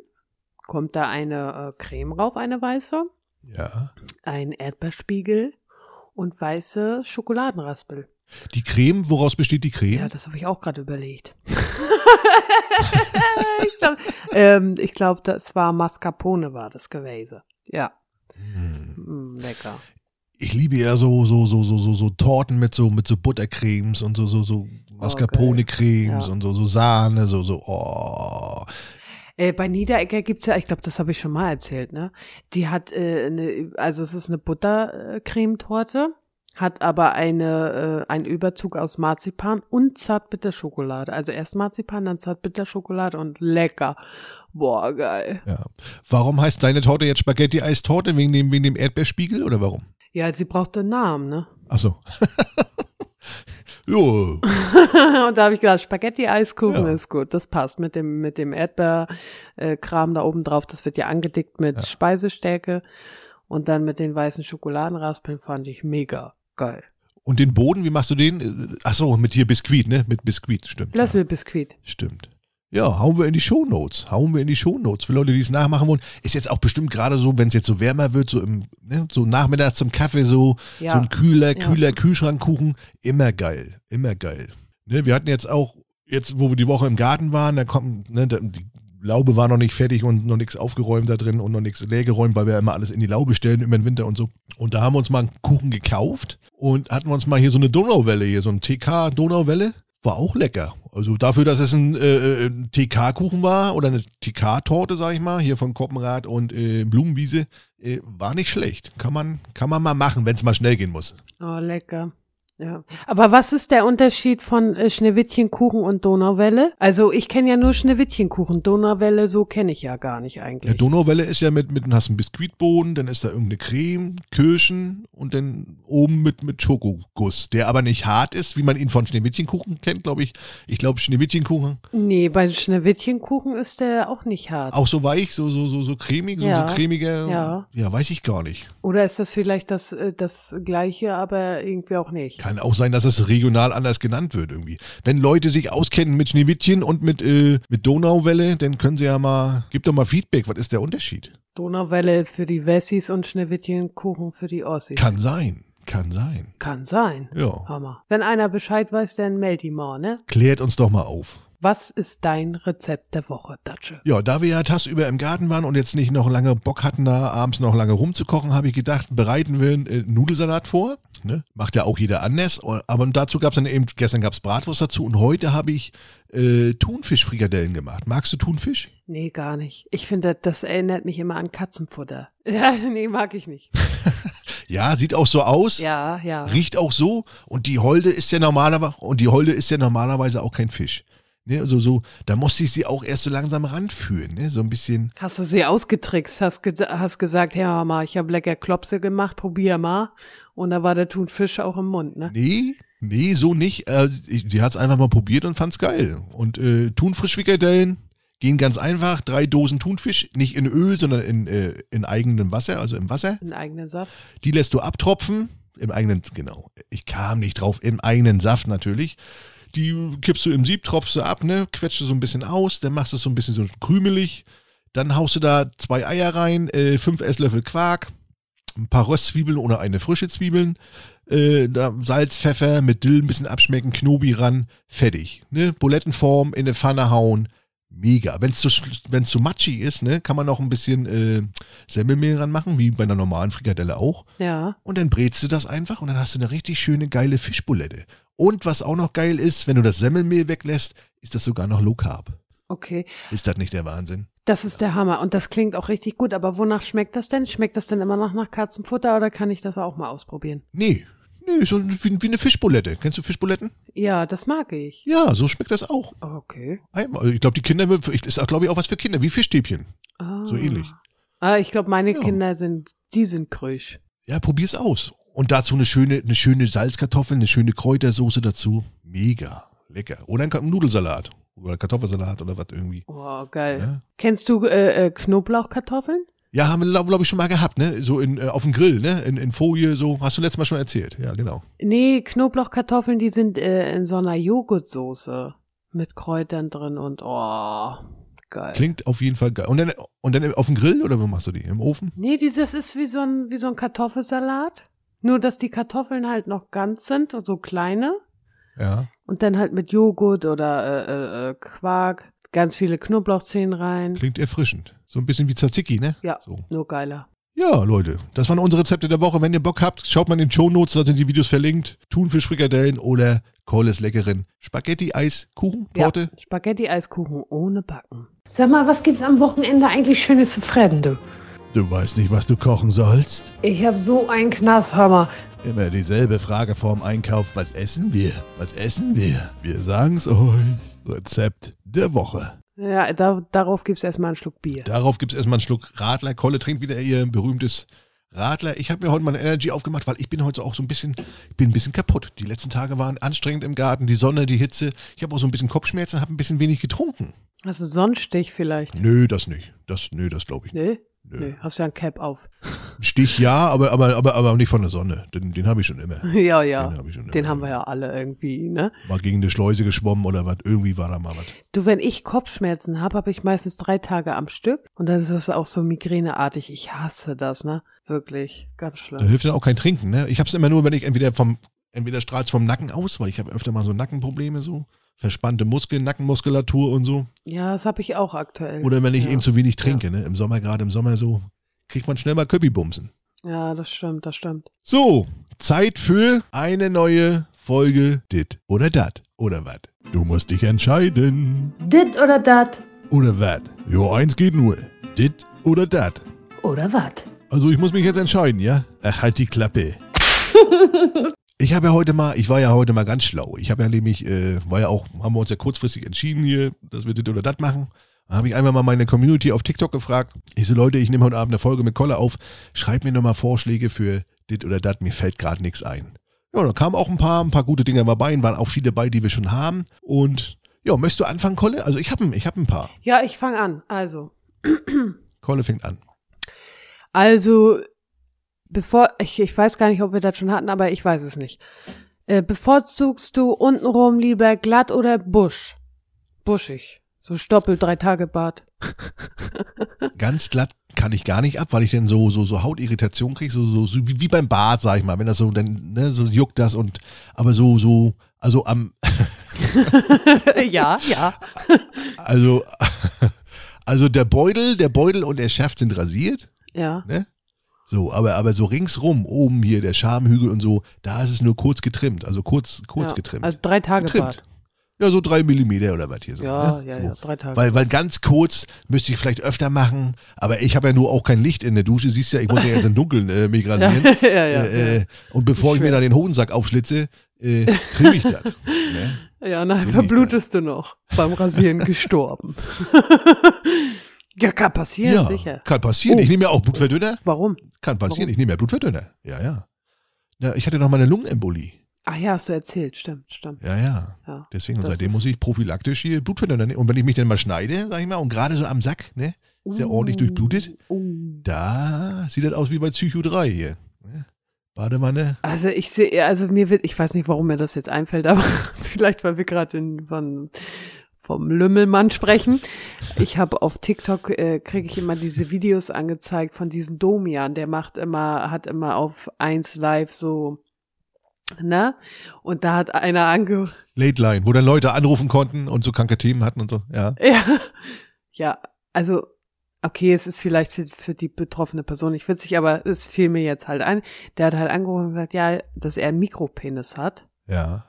[SPEAKER 2] kommt da eine äh, Creme rauf, eine weiße,
[SPEAKER 1] Ja.
[SPEAKER 2] ein Erdbeerspiegel und weiße Schokoladenraspel.
[SPEAKER 1] Die Creme, woraus besteht die Creme?
[SPEAKER 2] Ja, das habe ich auch gerade überlegt. ich glaube, ähm, ich glaub, das war Mascarpone, war das gewesen. Ja,
[SPEAKER 1] Hm.
[SPEAKER 2] mm, lecker.
[SPEAKER 1] Ich liebe ja so so so so so so Torten mit so mit so Buttercremes und so so so Mascarpone Cremes
[SPEAKER 2] Ja.
[SPEAKER 1] und so so Sahne so so oh.
[SPEAKER 2] Äh, bei Niederegger gibt's ja, ich glaube, das habe ich schon mal erzählt, ne? Die hat äh, eine, also es ist eine Buttercremetorte, hat aber eine, äh, einen Überzug aus Marzipan und Zartbitterschokolade. Also erst Marzipan, dann Zartbitterschokolade und lecker. Boah, geil.
[SPEAKER 1] Ja. Warum heißt deine Torte jetzt Spaghetti Eistorte wegen dem wegen dem Erdbeerspiegel oder warum?
[SPEAKER 2] Ja, sie braucht einen Namen, ne?
[SPEAKER 1] Ach so. jo.
[SPEAKER 2] und da habe ich gedacht, Spaghetti-Eiskuchen
[SPEAKER 1] Ja.
[SPEAKER 2] ist gut. Das passt mit dem, mit dem Erdbeerkram äh, Kram da oben drauf. Das wird ja angedickt mit
[SPEAKER 1] Ja.
[SPEAKER 2] Speisestärke. Und dann mit den weißen Schokoladenraspeln fand ich mega geil.
[SPEAKER 1] Und den Boden, wie machst du den? Ach so, mit hier Biskuit, ne? Mit Biskuit, stimmt.
[SPEAKER 2] Löffelbiskuit.
[SPEAKER 1] Stimmt. Ja, hauen wir in die Shownotes. Hauen wir in die Shownotes. Für Leute, die es nachmachen wollen. Ist jetzt auch bestimmt gerade so, wenn es jetzt so wärmer wird, so im, ne, so nachmittags zum Kaffee, so,
[SPEAKER 2] Ja.
[SPEAKER 1] so ein kühler,
[SPEAKER 2] Ja.
[SPEAKER 1] kühler Kühlschrankkuchen. Immer geil. Immer geil. Ne, wir hatten jetzt auch, jetzt, wo wir die Woche im Garten waren, da kommt, ne, da, die Laube war noch nicht fertig und noch nichts aufgeräumt da drin und noch nichts leergeräumt, weil wir ja immer alles in die Laube stellen über den Winter und so. Und da haben wir uns mal einen Kuchen gekauft und hatten wir uns mal hier so eine Donauwelle, hier so ein TK-Donauwelle. War auch lecker. Also dafür, dass es ein, äh, äh, ein TK-Kuchen war oder eine TK-Torte, sag ich mal, hier von Koppenrad und äh, Blumenwiese, äh, war nicht schlecht. Kann man, kann man mal machen, wenn es mal schnell gehen muss.
[SPEAKER 2] Oh, lecker. Ja. Aber was ist der Unterschied von äh, Schneewittchenkuchen und Donauwelle? Also ich kenne ja nur Schneewittchenkuchen. Donauwelle, so kenne ich ja gar nicht
[SPEAKER 1] Ja,
[SPEAKER 2] eigentlich.
[SPEAKER 1] Donauwelle ist ja mit, mit hast einen Biskuitboden, dann ist da irgendeine Creme, Kirschen und dann oben mit, mit Schokoguss, der aber nicht hart ist, wie man ihn von Schneewittchenkuchen kennt, glaube ich. Ich glaube, Schneewittchenkuchen
[SPEAKER 2] nee, bei Schneewittchenkuchen ist der auch nicht hart.
[SPEAKER 1] auch so weich, so, so, so, so cremig, so,
[SPEAKER 2] Ja.
[SPEAKER 1] so cremiger.
[SPEAKER 2] Ja.
[SPEAKER 1] ja, weiß ich gar nicht.
[SPEAKER 2] Oder ist das vielleicht das, äh, das gleiche, aber irgendwie auch nicht?
[SPEAKER 1] Kann auch sein, dass es regional anders genannt wird irgendwie. Wenn Leute sich auskennen mit Schneewittchen und mit, äh, mit Donauwelle, dann können sie ja mal, gib doch mal Feedback, was ist der Unterschied?
[SPEAKER 2] Donauwelle für die Wessis und Schneewittchenkuchen für die Ossis.
[SPEAKER 1] Kann sein, kann sein.
[SPEAKER 2] Kann sein.
[SPEAKER 1] Ja.
[SPEAKER 2] Hammer. Wenn einer Bescheid weiß, dann meld ihn mal, ne?
[SPEAKER 1] Klärt uns doch mal auf.
[SPEAKER 2] Was ist dein Rezept der Woche, Datsche?
[SPEAKER 1] Ja, da wir ja tagsüber im Garten waren und jetzt nicht noch lange Bock hatten, da abends noch lange rumzukochen, habe ich gedacht, bereiten wir einen äh, Nudelsalat vor. Ne? Macht ja auch jeder anders. Aber dazu gab es dann eben, gestern gab es Bratwurst dazu und heute habe ich äh, Thunfischfrikadellen gemacht. Magst du Thunfisch?
[SPEAKER 2] Nee, gar nicht. Ich finde, das erinnert mich immer an Katzenfutter. Ja, nee, mag ich nicht.
[SPEAKER 1] Ja, sieht auch so aus.
[SPEAKER 2] Ja, ja.
[SPEAKER 1] Riecht auch so und die Holde ist ja normalerweise und die Holde ist ja normalerweise auch kein Fisch. Ne, also so, da musste ich sie auch erst so langsam ranführen, ne? So ein bisschen.
[SPEAKER 2] Hast du sie ausgetrickst? Hast, ge hast gesagt, ja, Mama, ich habe lecker Klopse gemacht, probier mal. Und da war der Thunfisch auch im Mund, ne?
[SPEAKER 1] Nee, nee, so nicht. Äh, ich- die hat's einfach mal probiert und fand's geil. Und äh, Thunfischfrikadellen gehen ganz einfach. Drei Dosen Thunfisch, nicht in Öl, sondern in, äh, in eigenem Wasser, also im Wasser.
[SPEAKER 2] Einen eigenen Saft.
[SPEAKER 1] Die lässt du abtropfen. Im eigenen, genau. Ich kam nicht drauf. Im eigenen Saft natürlich. Die kippst du im Sieb, tropfst du ab, ne? Quetschst du so ein bisschen aus, dann machst du es so ein bisschen so krümelig. Dann haust du da zwei Eier rein, äh, fünf Esslöffel Quark, ein paar Röstzwiebeln oder eine frische Zwiebeln, äh, da Salz, Pfeffer, mit Dill ein bisschen abschmecken, Knobi ran, fertig. Ne? Bulettenform, in eine Pfanne hauen, mega. Wenn es zu, schl- wenn's zu matschig ist, ne, kann man noch ein bisschen äh, Semmelmehl ranmachen, wie bei einer normalen Frikadelle auch.
[SPEAKER 2] Ja.
[SPEAKER 1] Und dann brätst du das einfach und dann hast du eine richtig schöne, geile Fischbulette. Und was auch noch geil ist, wenn du das Semmelmehl weglässt, ist das sogar noch Low Carb.
[SPEAKER 2] Okay.
[SPEAKER 1] Ist das nicht der Wahnsinn?
[SPEAKER 2] Das ist der Hammer. Und das klingt auch richtig gut. Aber wonach schmeckt das denn? Schmeckt das denn immer noch nach Katzenfutter oder kann ich das auch mal ausprobieren?
[SPEAKER 1] Nee, nee, so wie, wie eine Fischbulette. Kennst du Fischbuletten?
[SPEAKER 2] Ja, das mag ich.
[SPEAKER 1] Ja, so schmeckt das auch.
[SPEAKER 2] Okay.
[SPEAKER 1] Einmal. Ich glaube, die Kinder, ist auch, glaube ich, auch was für Kinder, wie Fischstäbchen.
[SPEAKER 2] Ah.
[SPEAKER 1] So ähnlich.
[SPEAKER 2] Ah, ich glaube, meine
[SPEAKER 1] Ja.
[SPEAKER 2] Kinder sind, die sind krüsch.
[SPEAKER 1] Ja, probier's aus. Und dazu eine schöne, eine schöne Salzkartoffel, eine schöne Kräutersoße dazu. Mega. Lecker. Oder ein Ka- Nudelsalat. Oder Kartoffelsalat oder was irgendwie. Ne?
[SPEAKER 2] Oh, geil.
[SPEAKER 1] Ja.
[SPEAKER 2] Kennst du äh, äh, Knoblauchkartoffeln?
[SPEAKER 1] Ja, haben wir, glaube glaub ich, schon mal gehabt, ne? So in, äh, auf dem Grill, ne? In, in Folie, so. Hast du letztes Mal schon erzählt. Ja, genau.
[SPEAKER 2] Nee, Knoblauchkartoffeln, die sind äh, in so einer Joghurtsoße mit Kräutern drin und oh, geil.
[SPEAKER 1] Klingt auf jeden Fall geil. Und dann, und dann auf dem Grill oder wo machst du die? Im Ofen?
[SPEAKER 2] Nee, dieses ist wie so ein, wie so ein Kartoffelsalat. Nur, dass die Kartoffeln halt noch ganz sind und so kleine.
[SPEAKER 1] Ja.
[SPEAKER 2] Und dann halt mit Joghurt oder äh, äh, äh, Quark, ganz viele Knoblauchzehen rein.
[SPEAKER 1] Klingt erfrischend. So ein bisschen wie Tzatziki, ne?
[SPEAKER 2] Ja,
[SPEAKER 1] So.
[SPEAKER 2] nur geiler.
[SPEAKER 1] Ja, Leute, das waren unsere Rezepte der Woche. Wenn ihr Bock habt, schaut mal in den Shownotes, da sind die Videos verlinkt. Thunfischfrikadellen oder Kohles leckeren Spaghetti, Eis, Kuchen, Torte.
[SPEAKER 2] Ja, Spaghetti-Eiskuchen ohne Backen.
[SPEAKER 3] Sag mal, was gibt's am Wochenende eigentlich Schönes zu fressen, du?
[SPEAKER 1] Du weißt nicht, was du kochen sollst?
[SPEAKER 3] Ich hab so einen Knast, hör mal.
[SPEAKER 1] Immer dieselbe Frage vorm Einkauf. Was essen wir? Was essen wir? Wir sagen's euch. Rezept der Woche.
[SPEAKER 2] Ja, da, darauf gibt's erstmal einen Schluck Bier.
[SPEAKER 1] Darauf gibt's erstmal einen Schluck Radler. Kolle trinkt wieder ihr berühmtes Radler. Ich habe mir heute mal eine Energy aufgemacht, weil ich bin heute auch so ein bisschen, ich bin ein bisschen kaputt. Die letzten Tage waren anstrengend im Garten, die Sonne, die Hitze. Ich habe auch so ein bisschen Kopfschmerzen, habe ein bisschen wenig getrunken.
[SPEAKER 2] Hast du Sonnenstich vielleicht?
[SPEAKER 1] Nö, das nicht. Das, nö, das glaube ich nicht.
[SPEAKER 2] Nee?
[SPEAKER 1] Nö.
[SPEAKER 2] Nee, hast ja ein Cap auf.
[SPEAKER 1] Ein Stich ja, aber, aber, aber, aber nicht von der Sonne. Den, den habe ich schon immer.
[SPEAKER 2] ja, ja.
[SPEAKER 1] Den hab ich schon
[SPEAKER 2] Den
[SPEAKER 1] immer.
[SPEAKER 2] haben wir ja alle irgendwie, ne?
[SPEAKER 1] Mal gegen eine Schleuse geschwommen oder was. Irgendwie war da mal was.
[SPEAKER 2] Du, wenn ich Kopfschmerzen habe, habe ich meistens drei Tage am Stück. Und dann ist das auch so migräneartig. Ich hasse das, ne? Wirklich. Ganz
[SPEAKER 1] Da
[SPEAKER 2] schlimm.
[SPEAKER 1] hilft dann auch kein Trinken, ne? Ich hab's immer nur, wenn ich entweder vom, entweder strahlt's vom Nacken aus, weil ich habe öfter mal so Nackenprobleme, so verspannte Muskeln, Nackenmuskulatur und so.
[SPEAKER 2] Ja, das habe ich auch aktuell.
[SPEAKER 1] Oder wenn ich
[SPEAKER 2] ja.
[SPEAKER 1] eben zu wenig trinke, ne? Im Sommer, gerade im Sommer so, kriegt man schnell mal Köpibumsen.
[SPEAKER 2] Ja, das stimmt, das stimmt.
[SPEAKER 1] So, Zeit für eine neue Folge Dit oder Dat oder wat. Du musst dich entscheiden.
[SPEAKER 3] Dit oder dat?
[SPEAKER 1] Oder wat? Jo, eins geht nur. Dit oder Dat.
[SPEAKER 3] Oder wat?
[SPEAKER 1] Äh, Also ich muss mich jetzt entscheiden, ja? Ach, halt die Klappe. Ich habe ja heute mal, ich war ja heute mal ganz schlau. Ich habe ja nämlich, äh, war ja auch, haben wir uns ja kurzfristig entschieden hier, dass wir das oder das machen. Dann habe ich einfach mal meine Community auf TikTok gefragt. Ich so, Leute, ich nehme heute Abend eine Folge mit Koller auf. Schreibt mir nochmal Vorschläge für dit oder dat. Mir fällt gerade nichts ein. Ja, da kamen auch ein paar, ein paar gute Dinger mal bei. Und waren auch viele bei, die wir schon haben. Und ja, möchtest du anfangen, Kolle? Also ich habe ich hab ein paar.
[SPEAKER 2] Ja, ich fange an. Also,
[SPEAKER 1] Kolle fängt an.
[SPEAKER 2] Also, bevor, ich, ich weiß gar nicht, ob wir das schon hatten, aber ich weiß es nicht. Äh, bevorzugst du untenrum lieber glatt oder busch? Buschig. So stoppelt drei Tage Bart.
[SPEAKER 1] Ganz glatt kann ich gar nicht ab, weil ich dann so, so, so Hautirritation kriege, so, so, so wie, wie beim Bart, sag ich mal. Wenn das so, dann, ne, so juckt das und, aber so, so, also am,
[SPEAKER 2] ja, ja.
[SPEAKER 1] also, also der Beutel, der Beutel und der Schaft sind rasiert.
[SPEAKER 2] Ja.
[SPEAKER 1] ne? So, aber, aber so ringsrum, oben hier, der Schamhügel und so, da ist es nur kurz getrimmt, also kurz, kurz
[SPEAKER 2] ja.
[SPEAKER 1] getrimmt.
[SPEAKER 2] Also drei Tage
[SPEAKER 1] getrimmt.
[SPEAKER 2] Bart.
[SPEAKER 1] Ja, so drei Millimeter oder was hier so.
[SPEAKER 2] Ja,
[SPEAKER 1] ne?
[SPEAKER 2] ja,
[SPEAKER 1] so.
[SPEAKER 2] ja, drei Tage.
[SPEAKER 1] Weil, weil ganz kurz müsste ich vielleicht öfter machen, aber ich habe ja nur auch kein Licht in der Dusche, siehst ja, ich muss ja jetzt im Dunkeln äh, mich rasieren.
[SPEAKER 2] ja, ja, ja.
[SPEAKER 1] äh, äh, und bevor ich mir da den Hodensack aufschlitze, äh, trimm ich das. ne?
[SPEAKER 2] Ja, na,
[SPEAKER 1] Will
[SPEAKER 2] verblutest du noch. Beim Rasieren gestorben. ja, kann passieren,
[SPEAKER 1] Ja,
[SPEAKER 2] sicher.
[SPEAKER 1] kann passieren.
[SPEAKER 2] Oh.
[SPEAKER 1] Ich nehme ja auch Blutverdünner.
[SPEAKER 2] Warum?
[SPEAKER 1] Kann passieren,
[SPEAKER 2] Warum?
[SPEAKER 1] ich nehme ja Blutverdünner. Ja, ja. Na, ich hatte noch mal eine Lungenembolie.
[SPEAKER 2] Ah ja, hast du erzählt, stimmt, stimmt.
[SPEAKER 1] Ja, ja.
[SPEAKER 2] Ja.
[SPEAKER 1] Deswegen, und
[SPEAKER 2] Das
[SPEAKER 1] seitdem
[SPEAKER 2] ist-
[SPEAKER 1] muss ich prophylaktisch hier Blutverdünner nehmen. Und wenn ich mich dann mal schneide, sag ich mal, und gerade so am Sack, ne, ist ja
[SPEAKER 2] Oh.
[SPEAKER 1] ordentlich durchblutet,
[SPEAKER 2] Uh.
[SPEAKER 1] da sieht das aus wie bei Psycho 3 hier. Ne? Badewanne.
[SPEAKER 2] Also ich sehe, also mir wird, ich weiß nicht, warum mir das jetzt einfällt, aber vielleicht, weil wir gerade in- von vom Lümmelmann sprechen. Ich habe auf TikTok äh, kriege ich immer diese Videos angezeigt von diesem Domian, der macht immer, hat immer auf 1 Live so, ne? Und da hat einer ange,
[SPEAKER 1] Late Line, wo dann Leute anrufen konnten und so kranke Themen hatten und so. Ja.
[SPEAKER 2] Ja. Ja, also, okay, es ist vielleicht für, für die betroffene Person nicht witzig, aber es fiel mir jetzt halt ein. Der hat halt angerufen und gesagt, ja, dass er einen Mikropenis hat.
[SPEAKER 1] Ja.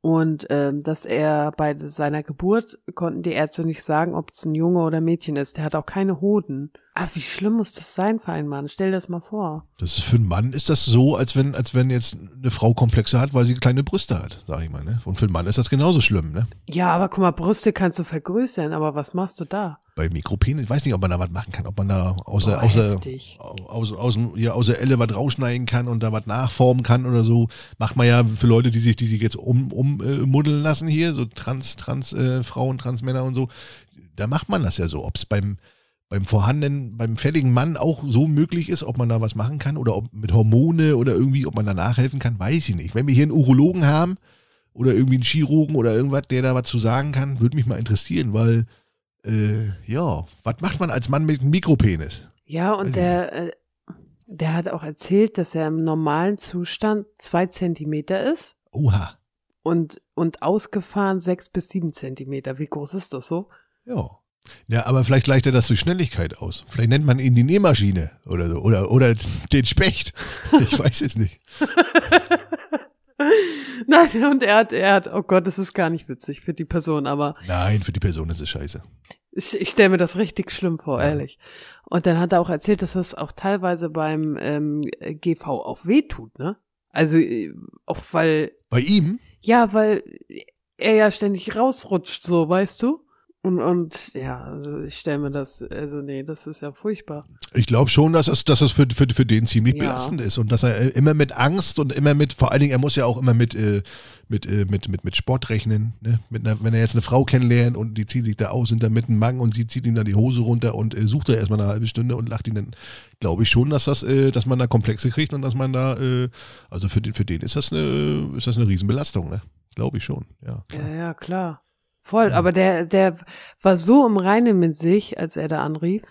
[SPEAKER 2] Und ähm, dass er bei seiner Geburt konnten die Ärzte nicht sagen, ob es ein Junge oder Mädchen ist. Der hat auch keine Hoden. Ah, wie schlimm muss das sein für einen Mann? Stell dir das mal vor.
[SPEAKER 1] Das ist für einen Mann ist das so, als wenn, als wenn jetzt eine Frau Komplexe hat, weil sie kleine Brüste hat, sag ich mal. Ne? Und für einen Mann ist das genauso schlimm, ne?
[SPEAKER 2] Ja, aber guck mal, Brüste kannst du vergrößern, aber was machst du da?
[SPEAKER 1] Bei Mikropenis, ich weiß nicht, ob man da was machen kann, ob man da außer,
[SPEAKER 2] Boah,
[SPEAKER 1] außer,
[SPEAKER 2] heftig.
[SPEAKER 1] aus, aus, dem- ja, aus der Elle was rausschneiden kann und da was nachformen kann oder so. Macht man ja für Leute, die sich, die sich jetzt um, um, äh, muddeln lassen hier, so trans, trans äh, Frauen, trans Männer und so. Da macht man das ja so. Ob es beim, beim vorhandenen, beim fertigen Mann auch so möglich ist, ob man da was machen kann oder ob mit Hormone oder irgendwie, ob man da nachhelfen kann, weiß ich nicht. Wenn wir hier einen Urologen haben oder irgendwie einen Chirurgen oder irgendwas, der da was zu sagen kann, würde mich mal interessieren, weil äh, ja, was macht man als Mann mit einem Mikropenis?
[SPEAKER 2] Ja,
[SPEAKER 1] Weiß ich
[SPEAKER 2] und der, äh, der hat auch erzählt, dass er im normalen Zustand zwei Zentimeter ist
[SPEAKER 1] Oha.
[SPEAKER 2] und, und ausgefahren sechs bis sieben Zentimeter. Wie groß ist das so?
[SPEAKER 1] Ja. Ja, aber vielleicht gleicht er das durch Schnelligkeit aus. Vielleicht nennt man ihn die Nähmaschine oder so. Oder, oder den Specht. Ich weiß es nicht.
[SPEAKER 2] Nein, und er hat, er hat, oh Gott, das ist gar nicht witzig für die Person, aber
[SPEAKER 1] Nein, für die Person ist es scheiße.
[SPEAKER 2] ich, ich stelle mir das richtig schlimm vor,
[SPEAKER 1] Ja.
[SPEAKER 2] ehrlich. Und dann hat er auch erzählt, dass das auch teilweise beim ähm, GV auch wehtut, ne? Also äh, auch weil
[SPEAKER 1] Bei ihm,
[SPEAKER 2] Ja, weil er ja ständig rausrutscht, so, weißt du? Und, und ja, also ich stelle mir das, also nee, das ist ja furchtbar.
[SPEAKER 1] ich glaube schon, dass das, dass das für, für, für den ziemlich
[SPEAKER 2] Ja.
[SPEAKER 1] belastend ist. Und dass er äh, immer mit Angst und immer mit, vor allen Dingen, er muss ja auch immer mit, äh, mit, äh, mit, mit, mit Sport rechnen. Ne? Mit einer, wenn er jetzt eine Frau kennenlernt und die zieht sich da aus, sind da mit einem Mang und sie zieht ihm dann die Hose runter und äh, sucht da erstmal eine halbe Stunde und lacht ihn dann. Glaube ich schon, dass das, äh, dass man da Komplexe kriegt und dass man da, äh, also für den, für den ist das eine, ist das eine Riesenbelastung, ne? Glaube ich schon, ja.
[SPEAKER 2] Ja,
[SPEAKER 1] Klar.
[SPEAKER 2] ja, klar. Voll, aber der, der war so im Reinen mit sich, als er da anrief.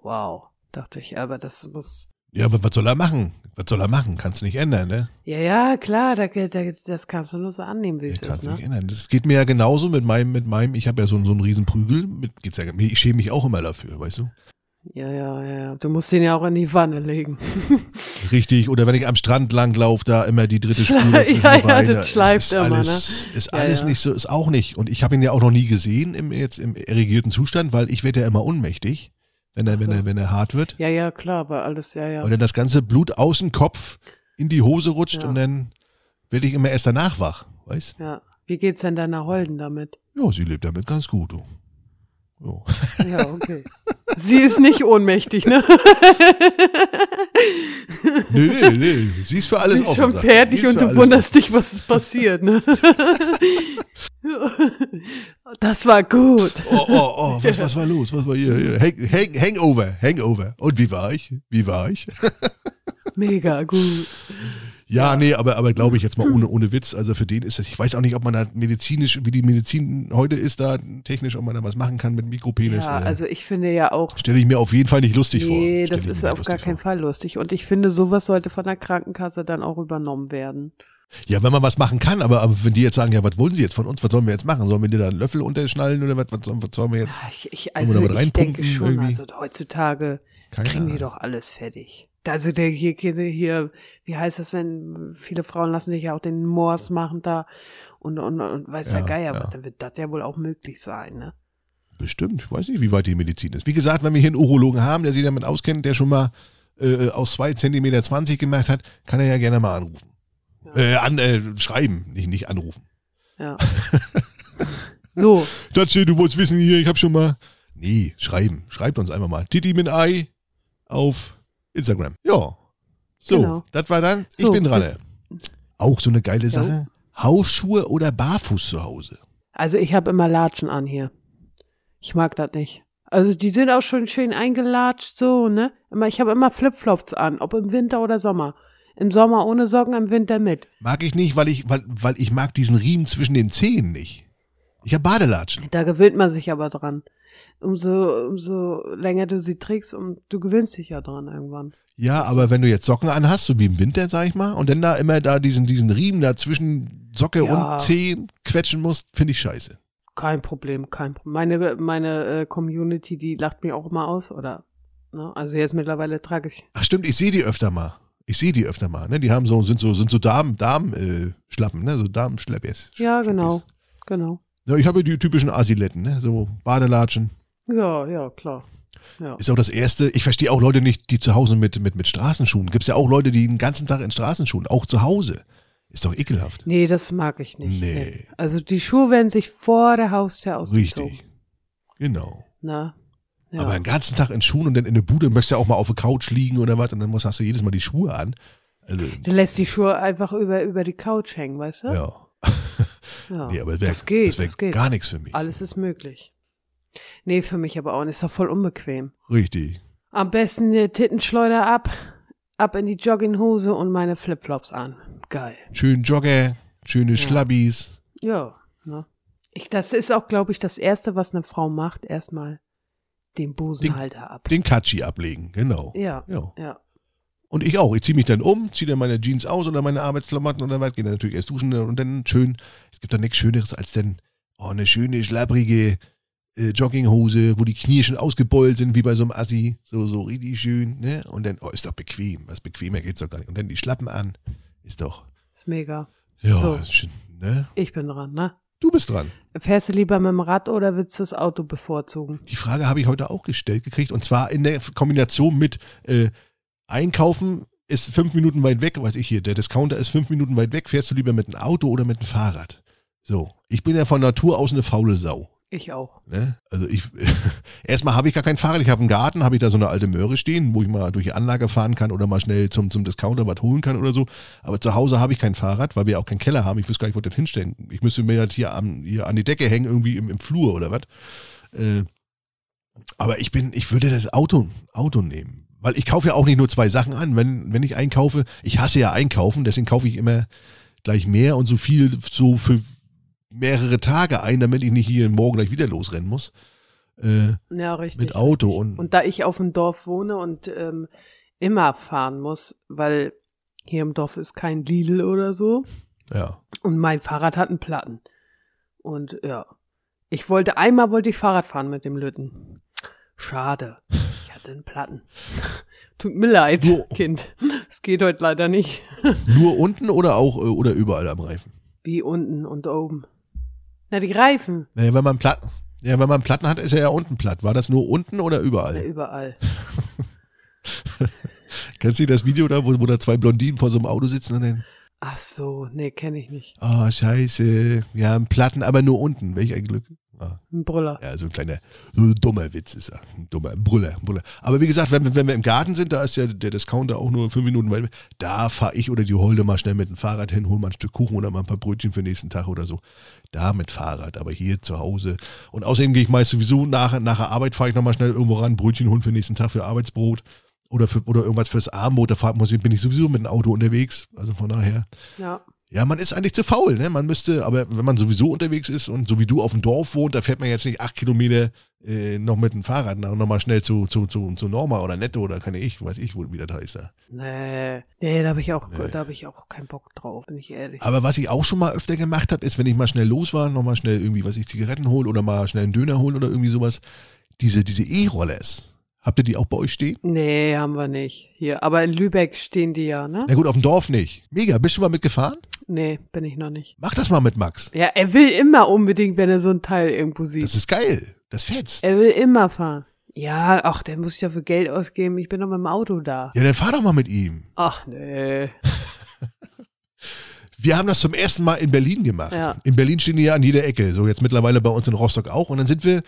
[SPEAKER 2] Wow, dachte ich, aber das muss.
[SPEAKER 1] Ja, aber was soll er machen? Was soll er machen? Kannst nicht ändern, ne?
[SPEAKER 2] Ja, ja, klar, da, da, das kannst du nur so annehmen, wie
[SPEAKER 1] Ja,
[SPEAKER 2] es
[SPEAKER 1] kann
[SPEAKER 2] ist,
[SPEAKER 1] sich
[SPEAKER 2] ne?
[SPEAKER 1] ändern. Das geht mir ja genauso mit meinem, mit meinem, ich habe ja so, einen- so einen riesen Prügel, mit, geht's ja, ich schäme mich auch immer dafür, weißt du?
[SPEAKER 2] Ja, ja, ja, ja. Du musst ihn ja auch in die Wanne legen.
[SPEAKER 1] Richtig, oder wenn ich am Strand langlaufe, da immer die dritte Spur.
[SPEAKER 2] Ja,
[SPEAKER 1] zwischen
[SPEAKER 2] ja,
[SPEAKER 1] den beiden.
[SPEAKER 2] das schleift
[SPEAKER 1] ist
[SPEAKER 2] immer, ne?
[SPEAKER 1] alles, Ist
[SPEAKER 2] Ja,
[SPEAKER 1] alles
[SPEAKER 2] ja.
[SPEAKER 1] nicht so, ist auch nicht. Und ich habe ihn ja auch noch nie gesehen im, jetzt im erregierten Zustand, weil ich werde ja immer ohnmächtig, wenn er,
[SPEAKER 2] Ach
[SPEAKER 1] wenn
[SPEAKER 2] so.
[SPEAKER 1] er, wenn er hart wird.
[SPEAKER 2] Ja, ja, klar, aber alles, ja, ja.
[SPEAKER 1] Weil dann das ganze Blut aus dem Kopf in die Hose rutscht
[SPEAKER 2] Ja.
[SPEAKER 1] und dann Werde ich immer erst danach wach, weißt?
[SPEAKER 2] Ja. Wie geht's denn deiner Holden damit?
[SPEAKER 1] Ja, sie lebt damit ganz gut, du. Jo.
[SPEAKER 2] Ja, okay. Sie ist nicht ohnmächtig, ne?
[SPEAKER 1] Nö, nö, nö. Sie ist für alles
[SPEAKER 2] Sie ist
[SPEAKER 1] offen.
[SPEAKER 2] schon
[SPEAKER 1] sagt er. Sie
[SPEAKER 2] fertig
[SPEAKER 1] ist
[SPEAKER 2] und
[SPEAKER 1] für
[SPEAKER 2] du
[SPEAKER 1] alles
[SPEAKER 2] wunderst dich, was ist passiert, ne? das war gut.
[SPEAKER 1] offen. Oh, oh, oh, was, was war los? Was war hier? hier? Hang, hang, hangover, Hangover. Und wie war ich? Wie war ich?
[SPEAKER 2] Mega gut.
[SPEAKER 1] Ja, nee, aber, aber glaube ich jetzt mal ohne, ohne Witz. Also für den ist das, ich weiß auch nicht, ob man da medizinisch, wie die Medizin heute ist, da technisch, ob man da was machen kann mit Mikropenis.
[SPEAKER 2] Ja,
[SPEAKER 1] äh,
[SPEAKER 2] also ich finde ja auch.
[SPEAKER 1] Stelle ich mir auf jeden Fall nicht lustig vor.
[SPEAKER 2] Nee,
[SPEAKER 1] Stell
[SPEAKER 2] das
[SPEAKER 1] ich
[SPEAKER 2] ist
[SPEAKER 1] mir
[SPEAKER 2] auf
[SPEAKER 1] nicht
[SPEAKER 2] gar
[SPEAKER 1] lustig
[SPEAKER 2] keinen Fall lustig. Und ich finde, sowas sollte von der Krankenkasse dann auch übernommen werden.
[SPEAKER 1] vor. Ja, wenn man was machen kann, aber, aber wenn die jetzt sagen, ja, was wollen sie jetzt von uns? Was sollen wir jetzt machen? Sollen wir dir da einen Löffel unterschnallen oder was, was, sollen, was sollen wir jetzt?
[SPEAKER 2] Ja, Ich, ich,
[SPEAKER 1] Wollen wir
[SPEAKER 2] also
[SPEAKER 1] da was
[SPEAKER 2] ich denke
[SPEAKER 1] reinpumpen
[SPEAKER 2] schon,
[SPEAKER 1] irgendwie?
[SPEAKER 2] also heutzutage
[SPEAKER 1] Keine
[SPEAKER 2] kriegen die
[SPEAKER 1] Ahnung.
[SPEAKER 2] doch alles fertig. Also der hier, hier, hier, wie heißt das, wenn viele Frauen lassen sich ja auch den Moors machen da und, und, und weiß
[SPEAKER 1] Ja,
[SPEAKER 2] der Geier,
[SPEAKER 1] ja.
[SPEAKER 2] was, dann wird das ja wohl auch möglich sein, ne?
[SPEAKER 1] Bestimmt, ich weiß nicht, wie weit die Medizin ist. Wie gesagt, wenn wir hier einen Urologen haben, der sich damit auskennt, der schon mal äh, aus 2 Zentimeter 20 gemacht hat, kann er ja gerne mal anrufen.
[SPEAKER 2] Ja.
[SPEAKER 1] Äh, an, äh, schreiben, nicht, nicht anrufen.
[SPEAKER 2] Ja. so,
[SPEAKER 1] Datsche, du wolltest wissen hier, ich habe schon mal. Nee, schreiben. Schreibt uns einfach mal. Titi mit Ei auf Instagram. Ja. So,
[SPEAKER 2] Genau.
[SPEAKER 1] das war dann. Ich
[SPEAKER 2] So,
[SPEAKER 1] bin dran. Auch so eine geile
[SPEAKER 2] Ja.
[SPEAKER 1] Sache. Hausschuhe oder Barfuß zu Hause.
[SPEAKER 2] also ich habe immer Latschen an hier. Ich mag das nicht. Also die sind auch schon schön eingelatscht, so, ne? Immer, ich habe immer Flipflops an, ob im Winter oder Sommer. Im Sommer ohne Socken, im Winter mit.
[SPEAKER 1] Mag ich nicht, weil ich, weil, weil ich mag diesen Riemen zwischen den Zähnen nicht. Ich habe Badelatschen.
[SPEAKER 2] Da gewöhnt man sich aber dran. Umso, umso länger du sie trägst, um, du gewöhnst dich ja dran irgendwann.
[SPEAKER 1] Ja, aber wenn du jetzt Socken anhast, so wie im Winter, sag ich mal, und dann da immer da diesen, diesen Riemen da zwischen Socke
[SPEAKER 2] Ja.
[SPEAKER 1] und Zehen quetschen musst, finde ich scheiße.
[SPEAKER 2] Kein Problem, kein Problem. Meine, meine äh, Community, die lacht mich auch immer aus, oder? Ne? Also jetzt mittlerweile trage ich.
[SPEAKER 1] Ach stimmt, ich sehe die öfter mal. Ich sehe die öfter mal, ne? Die haben so, sind so, sind so Damen, Damen, äh, Schlappen, ne? So Damen Schleppes.
[SPEAKER 2] Ja, genau. Genau.
[SPEAKER 1] Ja, ich habe die typischen Asiletten, ne? So Badelatschen.
[SPEAKER 2] Ja, ja, klar. Ja.
[SPEAKER 1] Ist auch das erste. Ich verstehe auch Leute nicht, die zu Hause mit, mit, mit Straßenschuhen. Gibt es ja auch Leute, die den ganzen Tag in Straßenschuhen, auch zu Hause. Ist doch ekelhaft.
[SPEAKER 2] Nee, das mag ich nicht.
[SPEAKER 1] Nee.
[SPEAKER 2] Also die Schuhe werden sich vor der Haustür ausgezogen.
[SPEAKER 1] Richtig. Genau.
[SPEAKER 2] Na? Ja.
[SPEAKER 1] Aber den ganzen Tag in Schuhen und dann in der Bude möchtest du ja auch mal auf der Couch liegen oder was und dann musst, hast du jedes Mal die Schuhe an. Also,
[SPEAKER 2] du lässt die Schuhe einfach über, über die Couch hängen, weißt du?
[SPEAKER 1] ja. Ah,
[SPEAKER 2] Ja.
[SPEAKER 1] Nee, aber wär,
[SPEAKER 2] das geht,
[SPEAKER 1] das
[SPEAKER 2] das,
[SPEAKER 1] wäre
[SPEAKER 2] geht.
[SPEAKER 1] gar nichts für mich.
[SPEAKER 2] Alles ist möglich. Nee, für mich aber auch nicht. Ist doch voll unbequem.
[SPEAKER 1] Richtig.
[SPEAKER 2] Am besten die Tittenschleuder ab, ab in die Jogginghose und meine Flipflops an. Geil.
[SPEAKER 1] Schön Jogger, schöne Schlabbis.
[SPEAKER 2] Ja. Ne? Ich, das ist auch, glaube ich, das Erste, was eine Frau macht. Erstmal den Busenhalter ab.
[SPEAKER 1] den Katschi ablegen, genau.
[SPEAKER 2] Ja.
[SPEAKER 1] Ja.
[SPEAKER 2] Ja.
[SPEAKER 1] Und ich auch. Ich ziehe mich dann um, ziehe dann meine Jeans aus oder meine Arbeitsklamotten oder was, gehe dann natürlich erst duschen und dann schön. Es gibt doch nichts Schöneres als dann oh, eine schöne, schlabbrige äh, Jogginghose, wo die Knie schon ausgebeult sind, wie bei so einem Assi. So, so richtig schön, ne? Und dann, oh, ist doch bequem. Was bequemer geht's doch gar nicht. Und dann die Schlappen an. Ist doch,
[SPEAKER 2] Ist mega.
[SPEAKER 1] ja,
[SPEAKER 2] So.
[SPEAKER 1] ist schön, ne?
[SPEAKER 2] Ich bin dran, ne?
[SPEAKER 1] Du bist dran.
[SPEAKER 2] Fährst du lieber mit dem Rad oder willst du das Auto bevorzugen?
[SPEAKER 1] Die Frage habe ich heute auch gestellt gekriegt und zwar in der Kombination mit äh, Einkaufen ist fünf Minuten weit weg, weiß ich hier, der Discounter ist fünf Minuten weit weg, fährst du lieber mit einem Auto oder mit einem Fahrrad? So, ich bin ja von Natur aus eine faule Sau.
[SPEAKER 2] Ich auch.
[SPEAKER 1] Ne? Also ich, erstmal habe ich gar kein Fahrrad, ich habe einen Garten, habe ich da so eine alte Möhre stehen, wo ich mal durch die Anlage fahren kann oder mal schnell zum, zum Discounter was holen kann oder so. Aber zu Hause habe ich kein Fahrrad, weil wir auch keinen Keller haben. Ich wüsste gar nicht, wo das hinstellen. Ich müsste mir das hier an, hier an die Decke hängen, irgendwie im, im Flur oder was. Äh, aber ich bin, ich würde das Auto, Auto nehmen. Weil ich kaufe ja auch nicht nur zwei Sachen an. Wenn, wenn ich einkaufe, ich hasse ja einkaufen, deswegen kaufe ich immer gleich mehr und so viel so für mehrere Tage ein, damit ich nicht hier morgen gleich wieder losrennen muss. Äh,
[SPEAKER 2] Ja, richtig.
[SPEAKER 1] mit Auto und,
[SPEAKER 2] Und da ich auf dem Dorf wohne und ähm, immer fahren muss, weil hier im Dorf ist kein Lidl oder so
[SPEAKER 1] ja.
[SPEAKER 2] und mein Fahrrad hat einen Platten. Und ja, ich wollte einmal wollte ich Fahrrad fahren mit dem Lütten. Schade, ich hatte einen Platten. Tut mir leid,
[SPEAKER 1] Jo.
[SPEAKER 2] Kind. Es geht heute leider nicht.
[SPEAKER 1] Nur unten oder auch äh, oder überall am Reifen.
[SPEAKER 2] Wie unten und oben. Na, die Reifen.
[SPEAKER 1] Naja, wenn man Platten, ja, wenn man Platten hat, ist er ja unten platt. War das nur unten oder
[SPEAKER 2] Ja,
[SPEAKER 1] überall?
[SPEAKER 2] Überall.
[SPEAKER 1] Kennst du das Video da, wo, wo da zwei Blondinen vor so einem Auto sitzen und dann
[SPEAKER 2] Ach so, nee, kenne ich nicht.
[SPEAKER 1] Ah, scheiße. Wir haben Platten, aber nur unten. Welch ein Glück. Ah,
[SPEAKER 2] Ein Brüller.
[SPEAKER 1] ja, so ein kleiner, so ein dummer Witz ist er. Ein dummer Brüller, Brüller. Aber wie gesagt, wenn, wir- wenn wir im Garten sind, da ist ja der Discounter auch nur fünf Minuten weit. weg. Da fahre ich oder die Holde mal schnell mit dem Fahrrad hin, hol mal ein Stück Kuchen oder mal ein paar Brötchen für den nächsten Tag oder so. Da mit Fahrrad, aber hier zu Hause. Und außerdem gehe ich meist sowieso nach, nach der Arbeit, fahre ich nochmal schnell irgendwo ran, Brötchen holen für den nächsten Tag für Arbeitsbrot. Oder, für, oder irgendwas fürs Abendbrot, da fahr- muss ich- bin ich sowieso mit dem Auto unterwegs. Also von daher.
[SPEAKER 2] Ja.
[SPEAKER 1] Ja, man ist eigentlich zu faul, ne? Man müsste, aber wenn man sowieso unterwegs ist und so wie du auf dem Dorf wohnt, da fährt man jetzt nicht acht Kilometer äh, noch mit dem Fahrrad nach, noch mal schnell zu, zu, zu, zu Norma oder Netto oder keine ich, weiß ich, wo wieder da ist. Da.
[SPEAKER 2] Nee. Nee, da habe ich auch, da habe ich auch keinen Bock drauf, bin ich ehrlich.
[SPEAKER 1] Aber was ich auch schon mal öfter gemacht habe, ist, wenn ich mal schnell los war, noch mal schnell irgendwie, was ich Zigaretten hole oder mal schnell einen Döner hole oder irgendwie sowas, diese diese E-Rollers. Habt ihr die auch bei euch stehen?
[SPEAKER 2] Nee, haben wir nicht. Hier. Aber in Lübeck stehen die ja, ne?
[SPEAKER 1] Na gut, auf dem Dorf nicht. Mega, bist du schon mal mitgefahren?
[SPEAKER 2] Nee, bin ich noch nicht.
[SPEAKER 1] Mach das mal mit Max.
[SPEAKER 2] Ja, er will immer unbedingt, wenn er so ein Teil irgendwo
[SPEAKER 1] Das
[SPEAKER 2] sieht.
[SPEAKER 1] ist geil. Das fetzt.
[SPEAKER 2] Er will immer fahren. Ja, ach, der muss ich dafür Geld ausgeben. Ich bin doch mit dem Auto da.
[SPEAKER 1] Ja, dann fahr doch mal mit ihm.
[SPEAKER 2] Ach, nee.
[SPEAKER 1] Wir haben das zum ersten Mal in Berlin gemacht.
[SPEAKER 2] Ja.
[SPEAKER 1] In Berlin stehen die ja an jeder Ecke. So jetzt mittlerweile bei uns in Rostock auch. Und dann sind wir,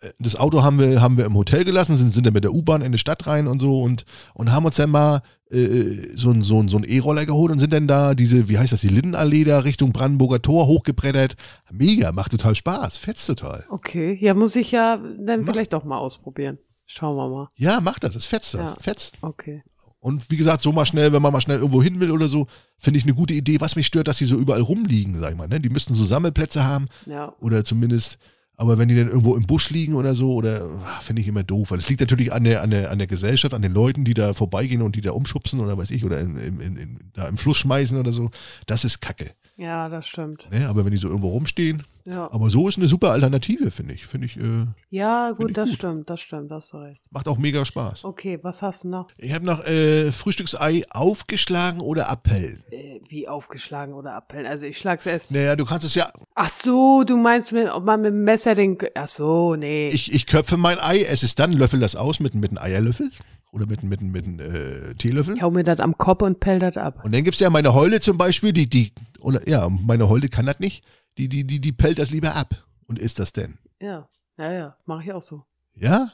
[SPEAKER 1] äh, das Auto haben wir, haben wir im Hotel gelassen, sind, sind dann mit der U-Bahn in die Stadt rein und so und, und haben uns dann mal äh, so einen so ein- so ein E-Roller geholt und sind dann da diese, wie heißt das, die Lindenallee da Richtung Brandenburger Tor hochgebrettert. Mega, macht total Spaß, fetzt total.
[SPEAKER 2] Okay, ja, muss ich ja dann
[SPEAKER 1] Mach.
[SPEAKER 2] vielleicht doch mal ausprobieren. Schauen wir mal.
[SPEAKER 1] Ja, macht das, es fetzt das,
[SPEAKER 2] Ja.
[SPEAKER 1] fetzt.
[SPEAKER 2] Okay.
[SPEAKER 1] Und wie gesagt, so mal schnell, wenn man mal schnell irgendwo hin will oder so, finde ich eine gute Idee. Was mich stört, dass die so überall rumliegen, sag ich mal. Ne? Die müssten so Sammelplätze haben.
[SPEAKER 2] Ja.
[SPEAKER 1] oder zumindest, aber wenn die dann irgendwo im Busch liegen oder so, oder ah, finde ich immer doof, weil es liegt natürlich an der, an, der, an der Gesellschaft, an den Leuten, die da vorbeigehen und die da umschubsen oder weiß ich, oder in, in, in, in, da im Fluss schmeißen oder so. Das ist Kacke.
[SPEAKER 2] Ja, das stimmt.
[SPEAKER 1] Ne? Aber wenn die so irgendwo rumstehen,
[SPEAKER 2] Ja,
[SPEAKER 1] aber so ist eine super Alternative, finde ich. Finde ich, äh,
[SPEAKER 2] ja
[SPEAKER 1] Find ich
[SPEAKER 2] gut, das
[SPEAKER 1] gut.
[SPEAKER 2] stimmt, das stimmt, das hast du recht.
[SPEAKER 1] macht auch mega Spaß.
[SPEAKER 2] Okay, was hast du noch?
[SPEAKER 1] Ich habe noch äh, Frühstücksei aufgeschlagen oder Appell.
[SPEAKER 2] Äh, wie aufgeschlagen oder abpellen? Also ich schlag's erst.
[SPEAKER 1] Naja, du kannst es ja,
[SPEAKER 2] Ach so, du meinst, mit, ob man mit dem Messer den... Ach so, nee.
[SPEAKER 1] ich, ich köpfe mein Ei, es ist dann, löffel das aus mit, mit einem Eierlöffel oder mit, mit, mit einem äh, Teelöffel.
[SPEAKER 2] ich hau mir das am Kopf und pell das ab.
[SPEAKER 1] Und dann gibt's ja meine Heule zum Beispiel, die, die, oder, ja, meine Heule kann das nicht, die, die, die, die pellt das lieber ab und isst das denn.
[SPEAKER 2] Ja, ja, ja, mach ich auch so.
[SPEAKER 1] Ja?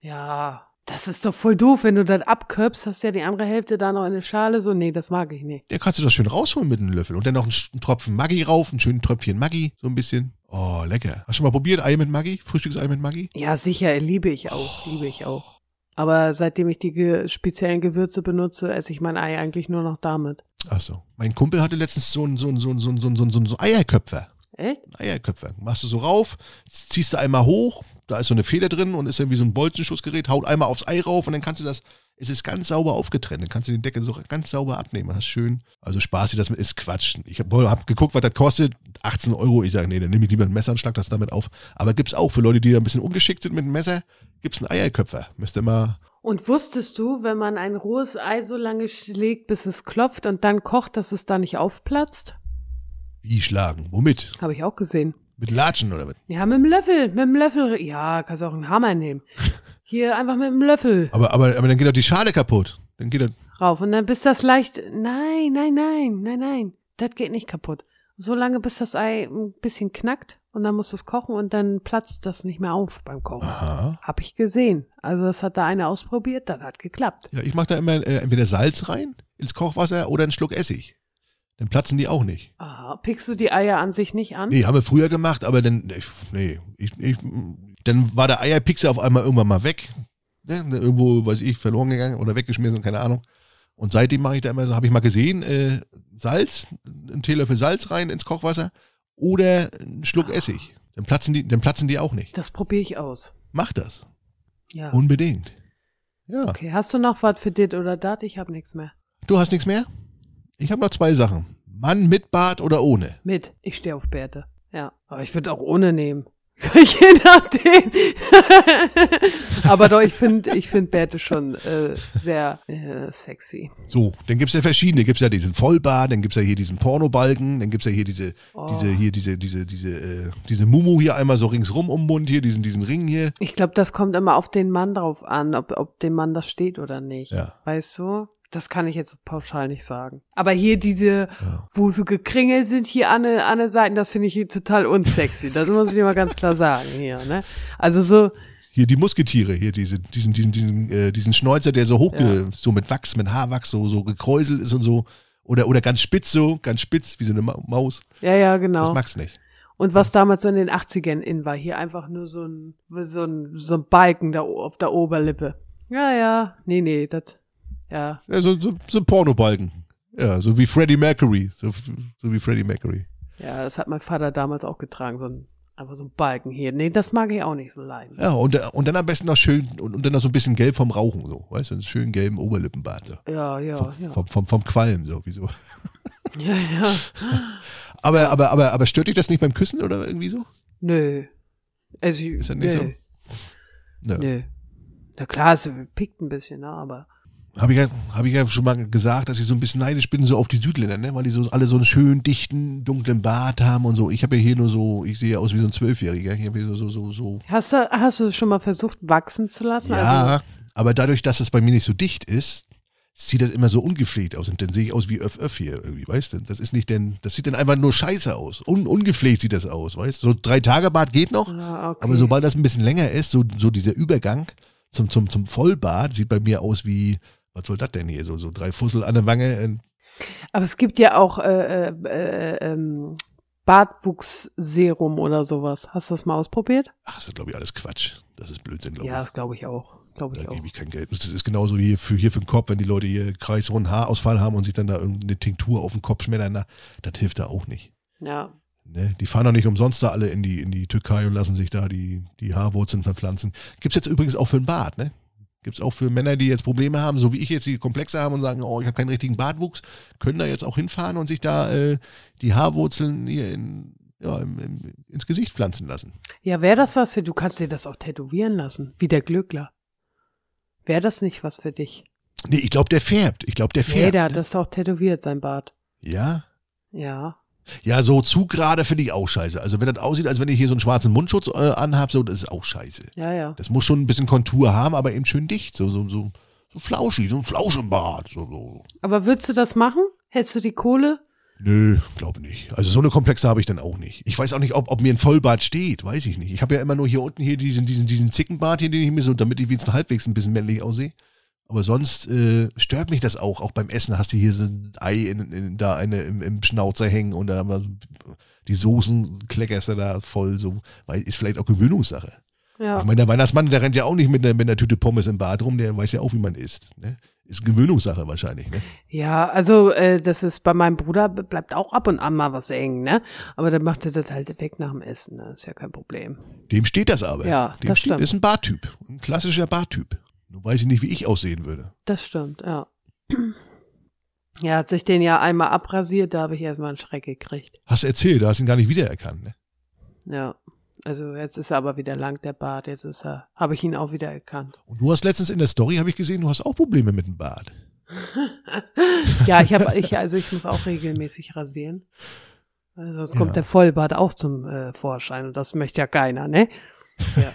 [SPEAKER 2] Ja, das ist doch voll doof, wenn du das abköpfst, hast ja die andere Hälfte da noch in der Schale. So, nee, das mag ich nicht.
[SPEAKER 1] Der kannst du das schön rausholen mit einem Löffel und dann noch einen, Sch- einen Tropfen Maggi rauf, einen schönen Tröpfchen Maggi, so ein bisschen. Oh, lecker. Hast du schon mal probiert, Ei mit Maggi? Frühstücksei mit Maggi?
[SPEAKER 2] Ja, sicher, liebe ich auch, liebe ich auch. Aber seitdem ich die ge speziellen Gewürze benutze, esse ich mein Ei eigentlich nur noch damit.
[SPEAKER 1] Ach so. Mein Kumpel hatte letztens so einen, so einen, so einen, so einen, so einen, so einen, so einen Eierköpfer.
[SPEAKER 2] Echt?
[SPEAKER 1] Einen Eierköpfer. Ah Machst du so rauf, ziehst du einmal hoch, da ist so eine Feder drin und ist dann wie so ein Bolzenschussgerät, haut einmal aufs Ei rauf und dann kannst du das, es ist ganz sauber aufgetrennt, dann kannst du die Decke so ganz sauber abnehmen, das ist schön. Also Spaß, das ist Quatsch. Ich hab, hab geguckt, was das kostet, 18 Euro, ich sage, nee, dann nehme ich lieber ein Messer und schlag das damit auf. Aber gibt's auch für Leute, die da ein bisschen ungeschickt sind mit dem Messer, gibt's einen Eierköpfer. Müsst ihr mal,
[SPEAKER 2] Und wusstest du, wenn man ein rohes Ei so lange schlägt, bis es klopft und dann kocht, dass es da nicht aufplatzt?
[SPEAKER 1] wie schlagen, womit?
[SPEAKER 2] Habe ich auch gesehen.
[SPEAKER 1] Mit Latschen oder was?
[SPEAKER 2] Ja, mit dem Löffel, mit dem Löffel. Ja, kannst auch einen Hammer nehmen. Hier einfach mit dem Löffel
[SPEAKER 1] Aber, aber, aber dann geht doch die Schale kaputt. Dann geht das,
[SPEAKER 2] rauf und dann bist das leicht. Nein, nein, nein, nein, nein. Das geht nicht kaputt. So lange, bis das Ei ein bisschen knackt und dann musst du es kochen und dann platzt das nicht mehr auf beim Kochen.
[SPEAKER 1] aha.
[SPEAKER 2] Hab ich gesehen. Also das hat da einer ausprobiert, dann hat geklappt.
[SPEAKER 1] Ja, ich mache da immer äh, entweder Salz rein ins Kochwasser oder einen Schluck Essig. Dann platzen die auch nicht.
[SPEAKER 2] Aha. Ah, Pickst du die Eier an sich nicht an?
[SPEAKER 1] Nee, haben wir früher gemacht, aber dann, ich, nee, ich, ich, dann war der Eierpixer auf einmal irgendwann mal weg. Ne? Irgendwo, weiß ich, verloren gegangen oder weggeschmissen, keine Ahnung. Und seitdem mache ich da immer so, habe ich mal gesehen, äh, Salz, einen Teelöffel Salz rein ins Kochwasser oder einen Schluck Essig. Dann platzen die, dann platzen die auch nicht.
[SPEAKER 2] Das probiere ich aus.
[SPEAKER 1] Mach das.
[SPEAKER 2] Ja.
[SPEAKER 1] Unbedingt. Ja.
[SPEAKER 2] Okay, hast du noch was für dit oder dat? Ich hab nichts mehr.
[SPEAKER 1] Du hast nichts mehr? Ich habe noch zwei Sachen. Mann mit Bart oder ohne?
[SPEAKER 2] Mit. Ich stehe auf Bärte. Ja. Aber ich würde auch ohne nehmen. Je nachdem. Aber doch, ich finde ich find Bärte schon äh, sehr äh, sexy.
[SPEAKER 1] So, dann gibt's ja verschiedene. Gibt's ja diesen Vollbart, dann gibt's ja hier diesen Pornobalken, dann gibt's ja hier diese,
[SPEAKER 2] Oh.
[SPEAKER 1] diese, hier, diese, diese, diese, äh, diese Mumu hier einmal so ringsrum um den Mund, hier, diesen, diesen Ring hier.
[SPEAKER 2] Ich glaube, das kommt immer auf den Mann drauf an, ob, ob dem Mann das steht oder nicht.
[SPEAKER 1] Ja.
[SPEAKER 2] Weißt du? das kann ich jetzt so pauschal nicht sagen. Aber hier diese,
[SPEAKER 1] Ja.
[SPEAKER 2] wo so gekringelt sind hier an den an den Seiten, das finde ich hier total unsexy. Das muss ich dir mal ganz klar sagen hier, ne? Also so,
[SPEAKER 1] Hier die Musketiere, hier diese, diesen, diesen, diesen, äh, diesen Schnäuzer, der so hoch,
[SPEAKER 2] Ja.
[SPEAKER 1] so mit Wachs, mit Haarwachs, so, so gekräuselt ist und so. Oder, oder ganz spitz so, ganz spitz, wie so eine Ma Maus.
[SPEAKER 2] ja, ja,
[SPEAKER 1] Das
[SPEAKER 2] genau.
[SPEAKER 1] mag's nicht.
[SPEAKER 2] Und was damals so in den 80ern in war, hier einfach nur so ein, so ein, so ein Balken da o- auf der Oberlippe. Ja, ja, nee, nee, das, ja,
[SPEAKER 1] Ja, so, so, so ein Pornobalken. Ja, so wie Freddie Mercury. So, so wie Freddie Mercury.
[SPEAKER 2] ja, das hat mein Vater damals auch getragen, so ein, einfach so ein Balken hier. Nee, das mag ich auch nicht so leiden.
[SPEAKER 1] Ja, und, und dann am besten noch schön, und, und dann noch so ein bisschen gelb vom Rauchen, so, weißt du, einen schönen gelben Oberlippenbart, so.
[SPEAKER 2] Ja, ja, ja.
[SPEAKER 1] Vom, vom, vom Qualm, so, wieso.
[SPEAKER 2] Ja, ja.
[SPEAKER 1] Aber, aber, aber, aber stört dich das nicht beim Küssen oder irgendwie so?
[SPEAKER 2] Nö. Also,
[SPEAKER 1] Ist das nicht
[SPEAKER 2] nö,
[SPEAKER 1] Nö.
[SPEAKER 2] Nö. Na klar, es pickt ein bisschen, ne, aber.
[SPEAKER 1] Habe ich, ja, hab ich ja schon mal gesagt, dass ich so ein bisschen neidisch bin, so auf die Südländer, ne? weil die so alle so einen schönen, dichten, dunklen Bart haben und so. Ich habe ja hier nur so, ich sehe ja aus wie so ein Zwölfjähriger. Ich habe hier so, so, so, so.
[SPEAKER 2] Hast du, hast du es schon mal versucht, wachsen zu lassen?
[SPEAKER 1] Ja, aber dadurch, dass das bei mir nicht so dicht ist, sieht das immer so ungepflegt aus. Und dann sehe ich aus wie Öff Öff hier irgendwie, weißt du? Das ist nicht denn, das sieht dann einfach nur scheiße aus. Un, ungepflegt sieht das aus, weißt du? So drei Tage Bart geht noch,
[SPEAKER 2] Also, ah, okay.
[SPEAKER 1] aber sobald das ein bisschen länger ist, so, so dieser Übergang zum, zum, zum Vollbart, sieht bei mir aus wie, was soll das denn hier? So, so drei Fussel an der Wange, äh,
[SPEAKER 2] aber es gibt ja auch äh, äh, äh, ähm, Bartwuchsserum oder sowas. Hast du das mal ausprobiert?
[SPEAKER 1] Ach, das ist, glaube ich, alles Quatsch. Das ist Blödsinn, glaube
[SPEAKER 2] ja,
[SPEAKER 1] ich.
[SPEAKER 2] das glaube ich auch. Glaube ich
[SPEAKER 1] Da
[SPEAKER 2] auch.
[SPEAKER 1] gebe ich kein Geld. Das ist genauso wie hier für, hier für den Kopf, wenn die Leute hier kreisrunden Haarausfall haben und sich dann da irgendeine Tinktur auf den Kopf schmettern. na, Das hilft da auch nicht.
[SPEAKER 2] Ja.
[SPEAKER 1] Ne? Die fahren doch nicht umsonst da alle in die, in die Türkei und lassen sich da die, die Haarwurzeln verpflanzen. Gibt es jetzt übrigens auch für den Bart, ne? Gibt es auch für Männer, die jetzt Probleme haben, so wie ich jetzt, die Komplexe haben und sagen, oh, ich habe keinen richtigen Bartwuchs, können da jetzt auch hinfahren und sich da äh, die Haarwurzeln hier in, ja, im, im, ins Gesicht pflanzen lassen.
[SPEAKER 2] Ja, wäre das was für Du kannst dir das auch tätowieren lassen, wie der Glückler. Wäre das nicht was für dich?
[SPEAKER 1] Nee, Ne, ich glaube, der färbt. Ich glaube, der
[SPEAKER 2] Nee,
[SPEAKER 1] färbt.
[SPEAKER 2] der hat
[SPEAKER 1] ne?
[SPEAKER 2] das auch tätowiert, sein Bart.
[SPEAKER 1] Ja.
[SPEAKER 2] Ja.
[SPEAKER 1] Ja, so zu gerade finde ich auch scheiße. Also wenn das aussieht, als wenn ich hier so einen schwarzen Mundschutz äh, anhab, so, das ist auch scheiße.
[SPEAKER 2] Ja, ja.
[SPEAKER 1] Das muss schon ein bisschen Kontur haben, aber eben schön dicht. So, so, so, so flauschig, so ein Flauschebart. So, so.
[SPEAKER 2] Aber würdest du das machen? Hättest du die Kohle?
[SPEAKER 1] Nö, glaube nicht. Also so eine Komplexe habe ich dann auch nicht. Ich weiß auch nicht, ob, ob mir ein Vollbart steht, weiß ich nicht. Ich habe ja immer nur hier unten hier diesen, diesen, diesen Zickenbart hier, den ich mir so, damit ich wenigstens halbwegs ein bisschen männlich aussehe. Aber sonst äh, stört mich das auch. Auch beim Essen hast du hier so ein Ei in, in, da eine im, im Schnauzer hängen und da mal so- die Soßen kleckerst du da voll so. Weil ist vielleicht auch Gewöhnungssache.
[SPEAKER 2] Ja.
[SPEAKER 1] Ich meine, der Weihnachtsmann, der rennt ja auch nicht mit einer, mit einer Tüte Pommes im Bad rum, der weiß ja auch, wie man isst. Ne? Ist Gewöhnungssache wahrscheinlich. Ne?
[SPEAKER 2] Ja, also äh, das ist bei meinem Bruder b- bleibt auch ab und an mal was hängen, ne? Aber dann macht er das halt weg nach dem Essen, ne? Ist ja kein Problem.
[SPEAKER 1] Dem steht das aber.
[SPEAKER 2] Ja,
[SPEAKER 1] Dem
[SPEAKER 2] das
[SPEAKER 1] steht,
[SPEAKER 2] stimmt.
[SPEAKER 1] ist ein Bartyp. Ein klassischer Bartyp. Nur weiß ich nicht, wie ich aussehen würde.
[SPEAKER 2] Das stimmt, ja. Ja, hat sich den ja einmal abrasiert, da habe ich erstmal einen Schreck gekriegt.
[SPEAKER 1] Hast erzählt, du hast ihn gar nicht wiedererkannt. Ne?
[SPEAKER 2] Ja. Also jetzt ist er aber wieder lang der Bart, jetzt ist er, habe ich ihn auch wieder erkannt.
[SPEAKER 1] Und du hast letztens in der Story, habe ich gesehen, du hast auch Probleme mit dem Bart.
[SPEAKER 2] Ja, ich habe ich also ich muss auch regelmäßig rasieren. Weil Sonst kommt
[SPEAKER 1] Ja.
[SPEAKER 2] der Vollbart auch zum äh, Vorschein und das möchte ja keiner, ne? Ja.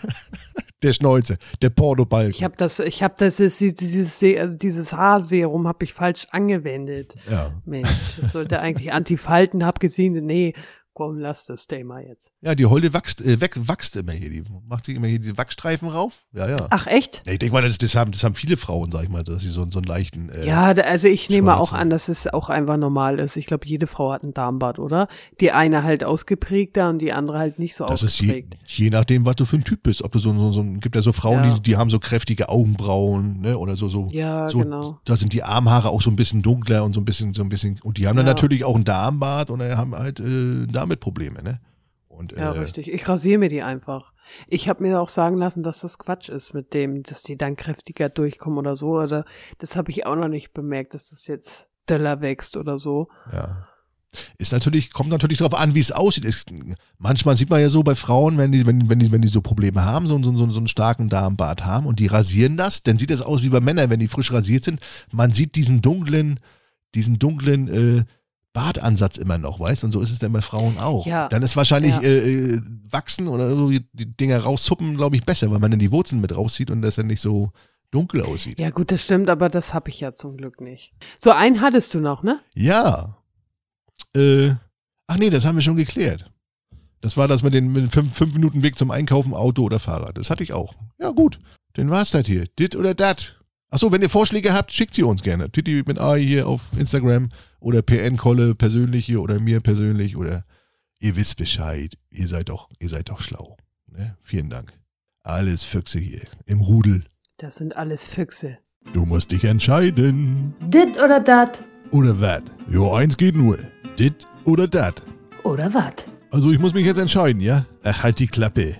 [SPEAKER 1] Der Schnäuze, der Pornobalken.
[SPEAKER 2] Ich habe das, ich habe das, das dieses, Se- dieses Haarserum habe ich falsch angewendet.
[SPEAKER 1] ja.
[SPEAKER 2] Mensch, das sollte eigentlich Antifalten, hab gesehen, nee, komm, lass das Thema jetzt.
[SPEAKER 1] ja, die Holde wächst, äh, wächst, wächst immer hier. Die macht sich immer hier diese Wachsstreifen rauf. Ja, ja.
[SPEAKER 2] Ach echt?
[SPEAKER 1] Ja, Ich denke mal, das, das, haben, das haben viele Frauen, sag ich mal, dass sie so, so einen leichten. Äh,
[SPEAKER 2] Ja, da- also ich nehme auch
[SPEAKER 1] Schwarze.
[SPEAKER 2] an, dass es auch einfach normal ist. Ich glaube, jede Frau hat einen Darmbart, oder? Die eine halt ausgeprägter und die andere halt nicht so
[SPEAKER 1] Das ist je,
[SPEAKER 2] ausgeprägt.
[SPEAKER 1] je nachdem, was du für ein Typ bist. Ob du so, so, so gibt ja so Frauen,
[SPEAKER 2] Ja.
[SPEAKER 1] die, die haben so kräftige Augenbrauen, ne? Oder so, so.
[SPEAKER 2] Ja,
[SPEAKER 1] so,
[SPEAKER 2] genau.
[SPEAKER 1] Da sind die Armhaare auch so ein bisschen dunkler und so ein bisschen, so ein bisschen. Und die haben dann
[SPEAKER 2] Ja.
[SPEAKER 1] natürlich auch einen Darmbart und äh, haben halt äh, damit Probleme, ne? Und
[SPEAKER 2] Ja,
[SPEAKER 1] äh,
[SPEAKER 2] richtig. Ich rasiere mir die einfach. Ich habe mir auch sagen lassen, dass das Quatsch ist mit dem, dass die dann kräftiger durchkommen oder so. Oder das habe ich auch noch nicht bemerkt, dass das jetzt döller wächst oder so.
[SPEAKER 1] ja. Ist natürlich, kommt natürlich darauf an, wie es aussieht. Ist, manchmal sieht man ja so bei Frauen, wenn die, wenn, wenn die, wenn die so Probleme haben, so, so, so, so einen starken Darmbart haben und die rasieren das, dann sieht das aus wie bei Männern, wenn die frisch rasiert sind. Man sieht diesen dunklen, diesen dunklen äh, Bartansatz immer noch, weißt Und so ist es dann bei Frauen auch.
[SPEAKER 2] Ja.
[SPEAKER 1] Dann ist wahrscheinlich
[SPEAKER 2] Ja.
[SPEAKER 1] äh, äh, wachsen oder so die die Dinger rauszuppen, glaube ich, besser, weil man dann die Wurzeln mit rauszieht und das dann nicht so dunkel aussieht.
[SPEAKER 2] Ja, gut, das stimmt, aber das habe ich ja zum Glück nicht. So einen hattest du noch, ne?
[SPEAKER 1] Ja. Äh, ach nee, das haben wir schon geklärt. Das war das mit den mit den fünf, fünf Minuten Weg zum Einkaufen, Auto oder Fahrrad. Das hatte ich auch. Ja, gut. Dann war's das hier. Dit oder dat. Achso, wenn ihr Vorschläge habt, schickt sie uns gerne. Titi mit A hier auf Instagram oder PN-Kolle persönlich hier oder mir persönlich oder ihr wisst Bescheid. Ihr seid doch, ihr seid doch schlau. Ne? Vielen Dank. Alles Füchse hier im Rudel.
[SPEAKER 2] Das sind alles Füchse.
[SPEAKER 4] Du musst dich entscheiden.
[SPEAKER 3] Dit oder dat
[SPEAKER 4] Oder wat? Jo, eins geht nur. Dit oder dat.
[SPEAKER 3] oder wat?
[SPEAKER 4] Also ich muss mich jetzt entscheiden, ja?
[SPEAKER 1] Äh,
[SPEAKER 4] Ach, halt die Klappe.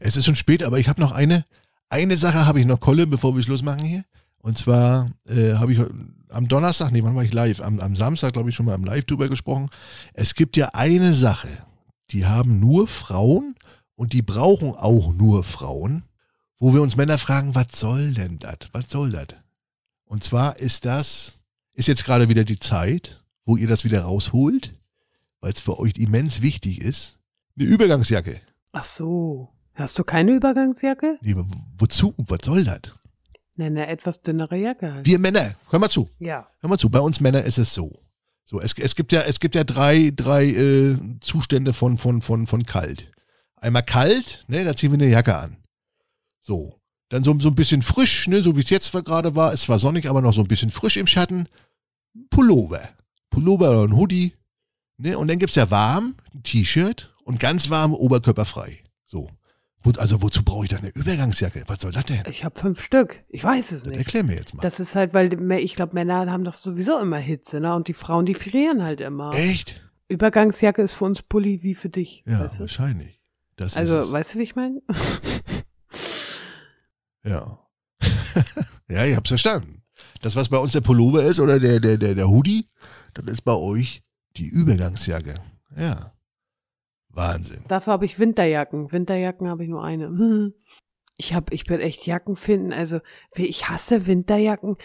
[SPEAKER 1] Es ist schon spät, aber ich habe noch eine, eine Sache habe ich noch, Kolle, bevor wir Schluss machen hier. Und zwar äh, habe ich am Donnerstag, nee, wann war ich live? Am, am Samstag, glaube ich, schon mal im Live drüber gesprochen. Es gibt ja eine Sache, die haben nur Frauen und die brauchen auch nur Frauen, wo wir uns Männer fragen, was soll denn das? Was soll das? Und zwar ist das, ist jetzt gerade wieder die Zeit, wo ihr das wieder rausholt, weil es für euch immens wichtig ist, eine Übergangsjacke.
[SPEAKER 2] Ach so. Hast du keine Übergangsjacke?
[SPEAKER 1] Nee, aber wozu? Was soll das?
[SPEAKER 2] Ne, eine etwas dünnere Jacke halt.
[SPEAKER 1] Wir Männer, hör mal zu,
[SPEAKER 2] Ja.
[SPEAKER 1] hör mal zu. Bei uns Männer ist es so. So, es, es gibt ja, es gibt ja drei, drei äh, Zustände von, von, von, von kalt. Einmal kalt, ne, da ziehen wir eine Jacke an. So. Dann so, so ein bisschen frisch, ne, so wie es jetzt gerade war. Es war sonnig, aber noch so ein bisschen frisch im Schatten. Pullover. Pullover oder ein Hoodie. Ne, und dann gibt's ja warm, ein T-Shirt und ganz warm oberkörperfrei. So. Wo, also wozu brauche ich da eine Übergangsjacke? Was soll das denn?
[SPEAKER 2] Ich habe fünf Stück. Ich weiß es
[SPEAKER 1] Das
[SPEAKER 2] nicht.
[SPEAKER 1] erklär mir jetzt mal.
[SPEAKER 2] Das ist halt, weil die- ich glaube, Männer haben doch sowieso immer Hitze, ne? Und die Frauen, die frieren halt immer.
[SPEAKER 1] Echt?
[SPEAKER 2] Übergangsjacke ist für uns Pulli wie für dich.
[SPEAKER 1] Ja,
[SPEAKER 2] weißt du?
[SPEAKER 1] wahrscheinlich. Das
[SPEAKER 2] Also,
[SPEAKER 1] ist es.
[SPEAKER 2] weißt du, wie ich meine?
[SPEAKER 1] ja. ja, ich hab's verstanden. Das, was bei uns der Pullover ist oder der, der, der, der Hoodie, das ist bei euch die Übergangsjacke. Ja. Wahnsinn.
[SPEAKER 2] Dafür habe ich Winterjacken. Winterjacken habe ich nur eine. Hm. Ich hab, ich bin echt Jacken finden. Also, wie- ich hasse Winterjacken.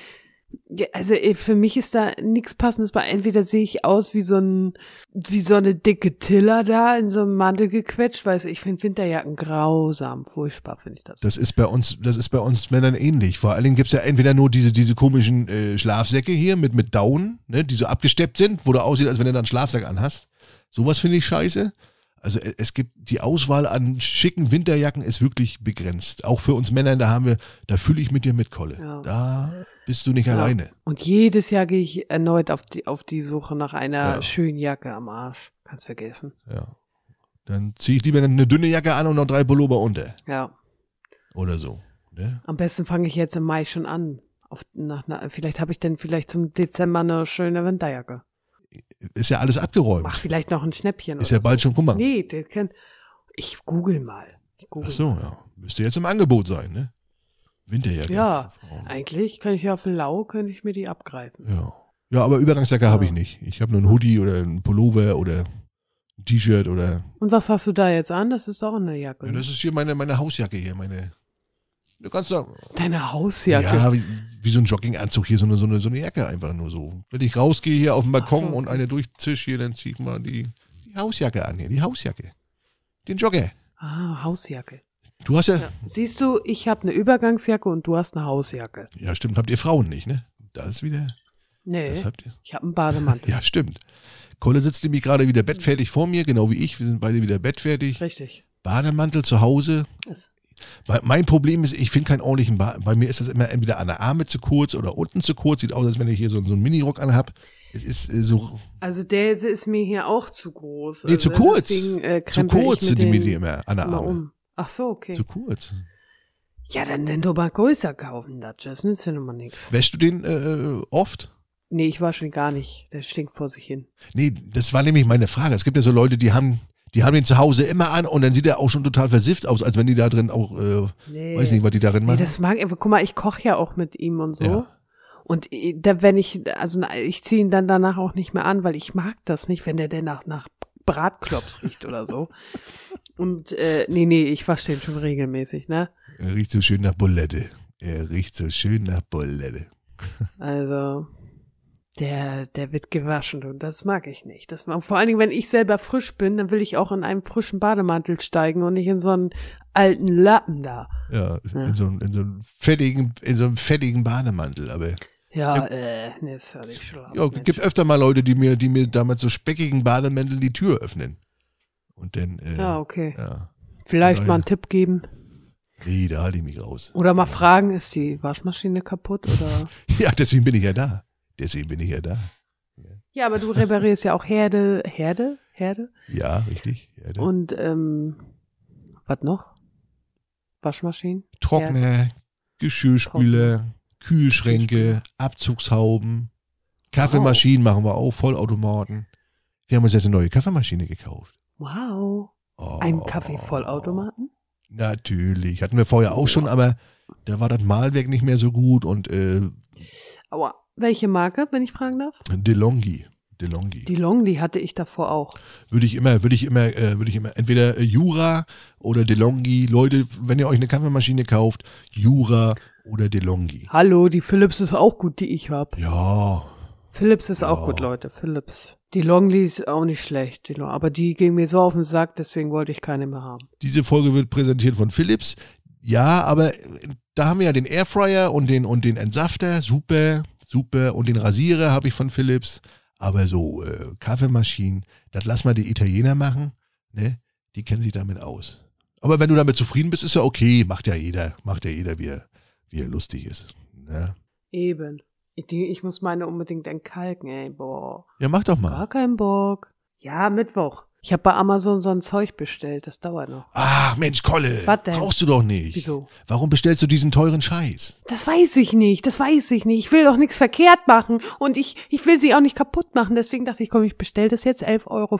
[SPEAKER 2] Ja, Also eh, für mich ist da nichts passendes bei. Entweder sehe ich aus wie so ein, wie so eine dicke Tiller da in so einem Mantel gequetscht, weißt du, ich finde Winterjacken grausam, furchtbar finde ich das.
[SPEAKER 1] Das ist bei uns, das ist bei uns Männern ähnlich. Vor allen Dingen gibt's ja entweder nur diese, diese komischen äh, Schlafsäcke hier mit, mit Down, ne, die so abgesteppt sind, wo du aussieht, als wenn du dann einen Schlafsack anhast. Sowas finde ich scheiße. Also e- es gibt die Auswahl an schicken Winterjacken ist wirklich begrenzt. Auch für uns Männer, da haben wir, da fühle ich mit dir mit, Kolle.
[SPEAKER 2] Ja.
[SPEAKER 1] Da bist du nicht
[SPEAKER 2] Ja.
[SPEAKER 1] alleine.
[SPEAKER 2] Und jedes Jahr gehe ich erneut auf die, auf die Suche nach einer
[SPEAKER 1] Ja.
[SPEAKER 2] schönen Jacke am Arsch. Kannst vergessen.
[SPEAKER 1] Ja. Dann ziehe ich lieber eine dünne Jacke an und noch drei Pullover unter
[SPEAKER 2] Ja.
[SPEAKER 1] oder so. Ne?
[SPEAKER 2] Am besten fange ich jetzt im Mai schon an. Auf, nach, einer- vielleicht habe ich dann vielleicht zum Dezember eine schöne Winterjacke.
[SPEAKER 1] Ist ja alles abgeräumt.
[SPEAKER 2] Mach vielleicht noch ein Schnäppchen.
[SPEAKER 1] ist
[SPEAKER 2] oder
[SPEAKER 1] ja bald schon, guck
[SPEAKER 2] so.
[SPEAKER 1] mal.
[SPEAKER 2] Nee, der kann. Ich google mal. Ich google
[SPEAKER 1] Ach so,
[SPEAKER 2] mal.
[SPEAKER 1] ja. Müsste jetzt im Angebot sein, ne? Winterjacke.
[SPEAKER 2] Ja.
[SPEAKER 1] für Frauen.
[SPEAKER 2] Eigentlich kann ich ja auf Lau, könnte ich mir die abgreifen.
[SPEAKER 1] Ja. Ja, aber Übergangsjacke habe ich
[SPEAKER 2] Ja.
[SPEAKER 1] nicht. Ich habe nur einen Hoodie oder einen Pullover oder ein T-Shirt oder.
[SPEAKER 2] Und was hast du da jetzt an? Das ist auch eine Jacke.
[SPEAKER 1] Ja,
[SPEAKER 2] ne?
[SPEAKER 1] das ist hier meine, meine Hausjacke hier, meine. Du kannst doch.
[SPEAKER 2] Deine
[SPEAKER 1] Ja,
[SPEAKER 2] Hausjacke.
[SPEAKER 1] wie, wie so ein Jogginganzug hier, so eine, so, eine, so eine Jacke einfach nur so. Wenn ich rausgehe hier auf den Balkon
[SPEAKER 2] Ach so.
[SPEAKER 1] und eine durchzisch hier, dann zieh ich mal die, die Hausjacke an hier, die Hausjacke. Den Jogger.
[SPEAKER 2] Ah, Hausjacke.
[SPEAKER 1] Du hast ja.
[SPEAKER 2] Ja. Siehst du, ich habe eine Übergangsjacke und du hast eine Hausjacke.
[SPEAKER 1] Ja, stimmt, habt ihr Frauen nicht, ne? Das ist wieder.
[SPEAKER 2] Nee,
[SPEAKER 1] Das habt ihr.
[SPEAKER 2] ich habe einen Bademantel.
[SPEAKER 1] Ja, stimmt. Kolle sitzt nämlich gerade wieder bettfertig vor mir, genau wie ich. Wir sind beide wieder bettfertig.
[SPEAKER 2] Richtig.
[SPEAKER 1] Bademantel zu Hause.
[SPEAKER 2] Ist-
[SPEAKER 1] Me- Mein Problem ist, ich finde keinen ordentlichen Bademantel. Bei mir ist das immer entweder an der Arme zu kurz oder unten zu kurz. Sieht aus, als wenn ich hier so, so einen Minirock anhab. Es ist äh, so.
[SPEAKER 2] Also der ist mir hier auch zu groß.
[SPEAKER 1] Nee,
[SPEAKER 2] also
[SPEAKER 1] zu kurz.
[SPEAKER 2] Deswegen, äh,
[SPEAKER 1] zu
[SPEAKER 2] krempel
[SPEAKER 1] kurz
[SPEAKER 2] ich
[SPEAKER 1] sind
[SPEAKER 2] mit
[SPEAKER 1] die
[SPEAKER 2] den
[SPEAKER 1] mir die immer an der
[SPEAKER 2] immer
[SPEAKER 1] Arme.
[SPEAKER 2] um. Ach so, okay.
[SPEAKER 1] Zu kurz.
[SPEAKER 2] Ja, dann denn du mal größer kaufen, das das nützt ja nochmal nichts.
[SPEAKER 1] Wäschst du den äh, oft?
[SPEAKER 2] Nee, ich war schon gar nicht. Der stinkt vor sich hin.
[SPEAKER 1] Nee, das war nämlich meine Frage. Es gibt ja so Leute, die haben, die haben den zu Hause immer an und dann sieht er auch schon total versifft aus, als wenn die da drin auch, äh,
[SPEAKER 2] Nee.
[SPEAKER 1] weiß nicht, was die darin
[SPEAKER 2] nee,
[SPEAKER 1] machen.
[SPEAKER 2] das mag er. Guck mal, ich koche ja auch mit ihm und so.
[SPEAKER 1] Ja.
[SPEAKER 2] Und äh, da, wenn ich, also na, ich ziehe ihn dann danach auch nicht mehr an, weil ich mag das nicht, wenn der denn nach, nach Bratklops riecht oder so. Und äh, nee, nee, ich wasche den schon regelmäßig, ne?
[SPEAKER 1] er riecht so schön nach Bulette. Er riecht so schön nach Bulette.
[SPEAKER 2] Also, der, der wird gewaschen und das mag ich nicht. Das mag, vor allen Dingen, wenn ich selber frisch bin, dann will ich auch in einem frischen Bademantel steigen und nicht in so einen alten Lappen da.
[SPEAKER 1] Ja,
[SPEAKER 2] Ja.
[SPEAKER 1] In, so einem, in, so einem fettigen, in so einem fettigen Bademantel. Aber
[SPEAKER 2] Ja, äh, nee, ist ja nicht schlau.
[SPEAKER 1] ja,
[SPEAKER 2] Mensch.
[SPEAKER 1] gibt öfter mal Leute, die mir, die mir damals so speckigen Bademänteln die Tür öffnen. Und dann, äh,
[SPEAKER 2] ja, okay.
[SPEAKER 1] ja.
[SPEAKER 2] Vielleicht mal
[SPEAKER 1] Leute.
[SPEAKER 2] einen Tipp geben.
[SPEAKER 1] Nee, da halte ich mich raus.
[SPEAKER 2] Oder mal fragen, ist die Waschmaschine kaputt oder?
[SPEAKER 1] Ja, deswegen bin ich ja da. Deswegen bin ich ja da.
[SPEAKER 2] ja, aber du reparierst ja auch Herde, Herde, Herde.
[SPEAKER 1] Ja, richtig. Ja, da.
[SPEAKER 2] Und, ähm, was noch? Waschmaschinen?
[SPEAKER 1] Trockner, Geschirrspüle, Kühlschränke, Abzugshauben, Kaffeemaschinen
[SPEAKER 2] Oh.
[SPEAKER 1] machen wir auch, Vollautomaten. Wir haben uns jetzt eine neue Kaffeemaschine gekauft.
[SPEAKER 2] Wow.
[SPEAKER 1] Oh,
[SPEAKER 2] Einen Kaffeevollautomaten?
[SPEAKER 1] Natürlich. Hatten wir vorher auch schon, aber da war das Malwerk nicht mehr so gut und äh,
[SPEAKER 2] Aua. Welche Marke, wenn ich fragen darf?
[SPEAKER 1] DeLonghi. DeLonghi.
[SPEAKER 2] Die Long, die hatte ich davor auch.
[SPEAKER 1] Würde ich immer, würde ich immer, äh, würde ich immer, entweder äh, Jura oder DeLonghi. Leute, wenn ihr euch eine Kaffeemaschine kauft, Jura oder DeLonghi.
[SPEAKER 2] Hallo, die Philips ist auch gut, die ich habe.
[SPEAKER 1] Ja,
[SPEAKER 2] Philips ist auch gut, Leute. Philips. Die Longley ist auch nicht schlecht, die Long aber die ging mir so auf den Sack, deswegen wollte ich keine mehr haben.
[SPEAKER 1] Diese Folge wird präsentiert von Philips. Ja, aber äh, da haben wir ja den Airfryer und den, und den Entsafter. Super, super. Und den Rasierer habe ich von Philips. Aber so äh, Kaffeemaschinen, das lass mal die Italiener machen. Ne? Die kennen sich damit aus. Aber wenn du damit zufrieden bist, ist ja okay. Macht ja jeder. Macht ja jeder, wie er, wie er lustig ist. Ne?
[SPEAKER 2] Eben. Ich, die, ich muss meine unbedingt entkalken, ey, boah.
[SPEAKER 1] Ja, mach doch mal.
[SPEAKER 2] Gar kein Bock. Ja, Mittwoch. Ich habe bei Amazon so ein Zeug bestellt, das dauert noch.
[SPEAKER 1] Ach, Mensch, Kolle.
[SPEAKER 2] Was denn?
[SPEAKER 1] Brauchst du doch nicht.
[SPEAKER 2] Wieso?
[SPEAKER 1] Warum bestellst du diesen teuren Scheiß?
[SPEAKER 2] Das weiß ich nicht, das weiß ich nicht. Ich will doch nichts verkehrt machen und ich, ich will sie auch nicht kaputt machen. Deswegen dachte ich, komm, ich bestell das jetzt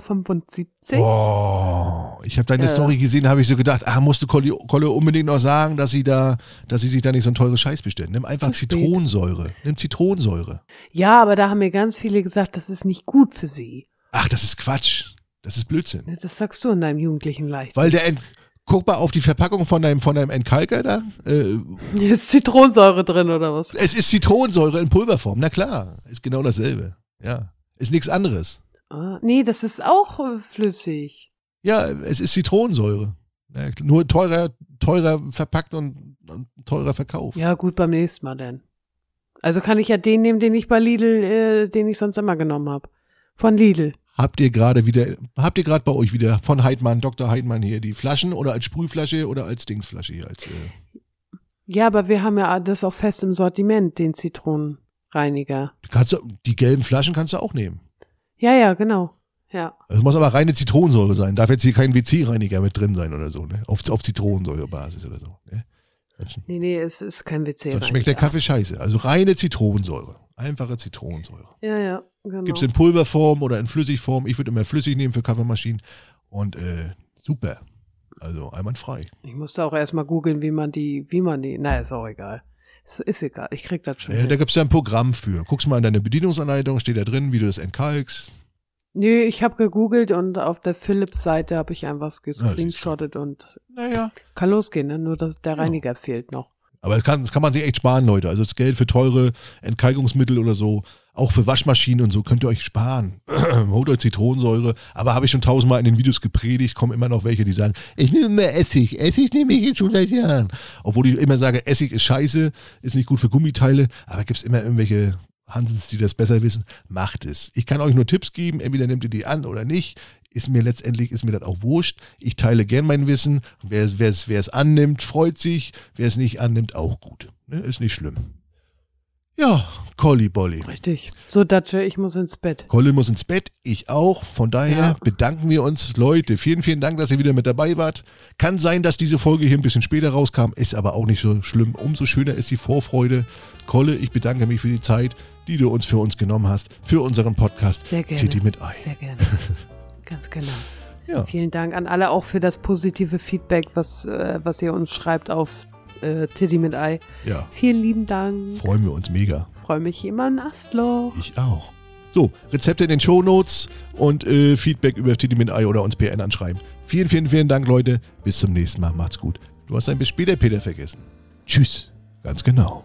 [SPEAKER 2] 11,75 Euro.
[SPEAKER 1] Oh, ich habe deine
[SPEAKER 2] Ja.
[SPEAKER 1] Story gesehen, habe ich so gedacht, ah, musste Kolle, Kolle unbedingt noch sagen, dass sie da, dass sie sich da nicht so ein teures Scheiß bestellt. Nimm einfach
[SPEAKER 2] Zu spät.
[SPEAKER 1] Zitronensäure. Nimm Zitronensäure.
[SPEAKER 2] Ja, aber da haben mir ganz viele gesagt, das ist nicht gut für sie.
[SPEAKER 1] Ach, das ist Quatsch. Das ist Blödsinn.
[SPEAKER 2] Ne, Das sagst du in deinem jugendlichen Leichtsinn.
[SPEAKER 1] Weil der Ent Guck mal auf die Verpackung von deinem, von deinem Entkalker da. Äh,
[SPEAKER 2] Hier ist Zitronensäure drin oder was?
[SPEAKER 1] es ist Zitronensäure in Pulverform. Na klar, ist genau dasselbe. Ja, ist nichts anderes.
[SPEAKER 2] Ah, nee, das ist auch äh, flüssig.
[SPEAKER 1] Ja, es ist Zitronensäure. Ja, nur teurer, teurer verpackt und, und teurer verkauft.
[SPEAKER 2] Ja, gut, beim nächsten Mal denn. Also kann ich ja den nehmen, den ich bei Lidl, äh, den ich sonst immer genommen habe. Von Lidl.
[SPEAKER 1] Habt ihr gerade wieder, habt ihr gerade bei euch wieder von Heidmann, Dr. Heidmann hier die Flaschen oder als Sprühflasche oder als Dingsflasche hier? Als, äh,
[SPEAKER 2] Ja, aber wir haben ja das auch fest im Sortiment, den Zitronenreiniger.
[SPEAKER 1] du kannst, du- die gelben Flaschen kannst du auch nehmen.
[SPEAKER 2] Ja, ja, genau. Ja.
[SPEAKER 1] Es muss aber reine Zitronensäure sein. Darf jetzt hier kein WC-Reiniger mit drin sein oder so, ne? Auf, auf Zitronensäurebasis oder so. Ne? Sonst,
[SPEAKER 2] Nee, nee, es ist kein WC.
[SPEAKER 1] sonst schmeckt der Kaffee scheiße. Also reine Zitronensäure. Einfache Zitronensäure.
[SPEAKER 2] Ja, ja, genau.
[SPEAKER 1] Gibt's in Pulverform oder in Flüssigform. Ich würde immer flüssig nehmen für Kaffeemaschinen. Und äh, super. Also einwandfrei.
[SPEAKER 2] ich musste auch erstmal googeln, wie man die, wie man die. Na, ist auch egal. Es ist egal. Ich krieg das schon.
[SPEAKER 1] Ja, Äh, da
[SPEAKER 2] hin.
[SPEAKER 1] gibt's ja ein Programm für. Guckst mal in deine Bedienungsanleitung, steht da drin, wie du das entkalkst.
[SPEAKER 2] Nö, ich habe gegoogelt und auf der Philips-Seite habe ich einfach
[SPEAKER 1] siehst du.
[SPEAKER 2] gescreenshottet und
[SPEAKER 1] Naja.
[SPEAKER 2] kann losgehen, ne? Nur dass der Reiniger fehlt noch.
[SPEAKER 1] Aber das kann, das kann man sich echt sparen, Leute. Also das Geld für teure Entkalkungsmittel oder so, auch für Waschmaschinen und so, könnt ihr euch sparen. Holt euch Zitronensäure. Aber habe ich schon tausendmal in den Videos gepredigt, kommen immer noch welche, die sagen, ich nehme immer Essig. Essig nehme ich jetzt schon seit Jahren. Obwohl ich immer sage, Essig ist scheiße, ist nicht gut für Gummiteile. Aber gibt's immer irgendwelche Hansens, die das besser wissen. Macht es. Ich kann euch nur Tipps geben, entweder nehmt ihr die an oder nicht. ist mir letztendlich, ist mir das auch wurscht. Ich teile gern mein Wissen. Wer es wer es- wer es annimmt, freut sich. Wer es nicht annimmt, auch gut. Ne? Ist nicht schlimm. Ja, Colli Bolli.
[SPEAKER 2] Richtig. So, Datsche, ich muss ins Bett.
[SPEAKER 1] Colli muss ins Bett, ich auch. Von daher
[SPEAKER 2] Ja.
[SPEAKER 1] bedanken wir uns, Leute. Vielen, vielen Dank, dass ihr wieder mit dabei wart. Kann sein, dass diese Folge hier ein bisschen später rauskam, ist aber auch nicht so schlimm. Umso schöner ist die Vorfreude. Kolle, ich bedanke mich für die Zeit, die du uns für uns genommen hast, für unseren Podcast
[SPEAKER 2] Sehr gerne.
[SPEAKER 1] Titi mit Ei.
[SPEAKER 2] Sehr gerne. Ganz genau.
[SPEAKER 1] Ja.
[SPEAKER 2] Vielen Dank an alle auch für das positive Feedback, was, äh, was ihr uns schreibt auf äh, Titty mit Ei.
[SPEAKER 1] Ja,
[SPEAKER 2] Vielen lieben Dank.
[SPEAKER 1] freuen wir uns mega.
[SPEAKER 2] Freue mich immer ein Astloch.
[SPEAKER 1] Ich auch. So, Rezepte in den Shownotes und äh, Feedback über TDMI oder uns PN anschreiben. Vielen, vielen, vielen Dank, Leute. Bis zum nächsten Mal. Macht's gut. Du hast ein bis später, Peter, vergessen. Tschüss. Ganz genau.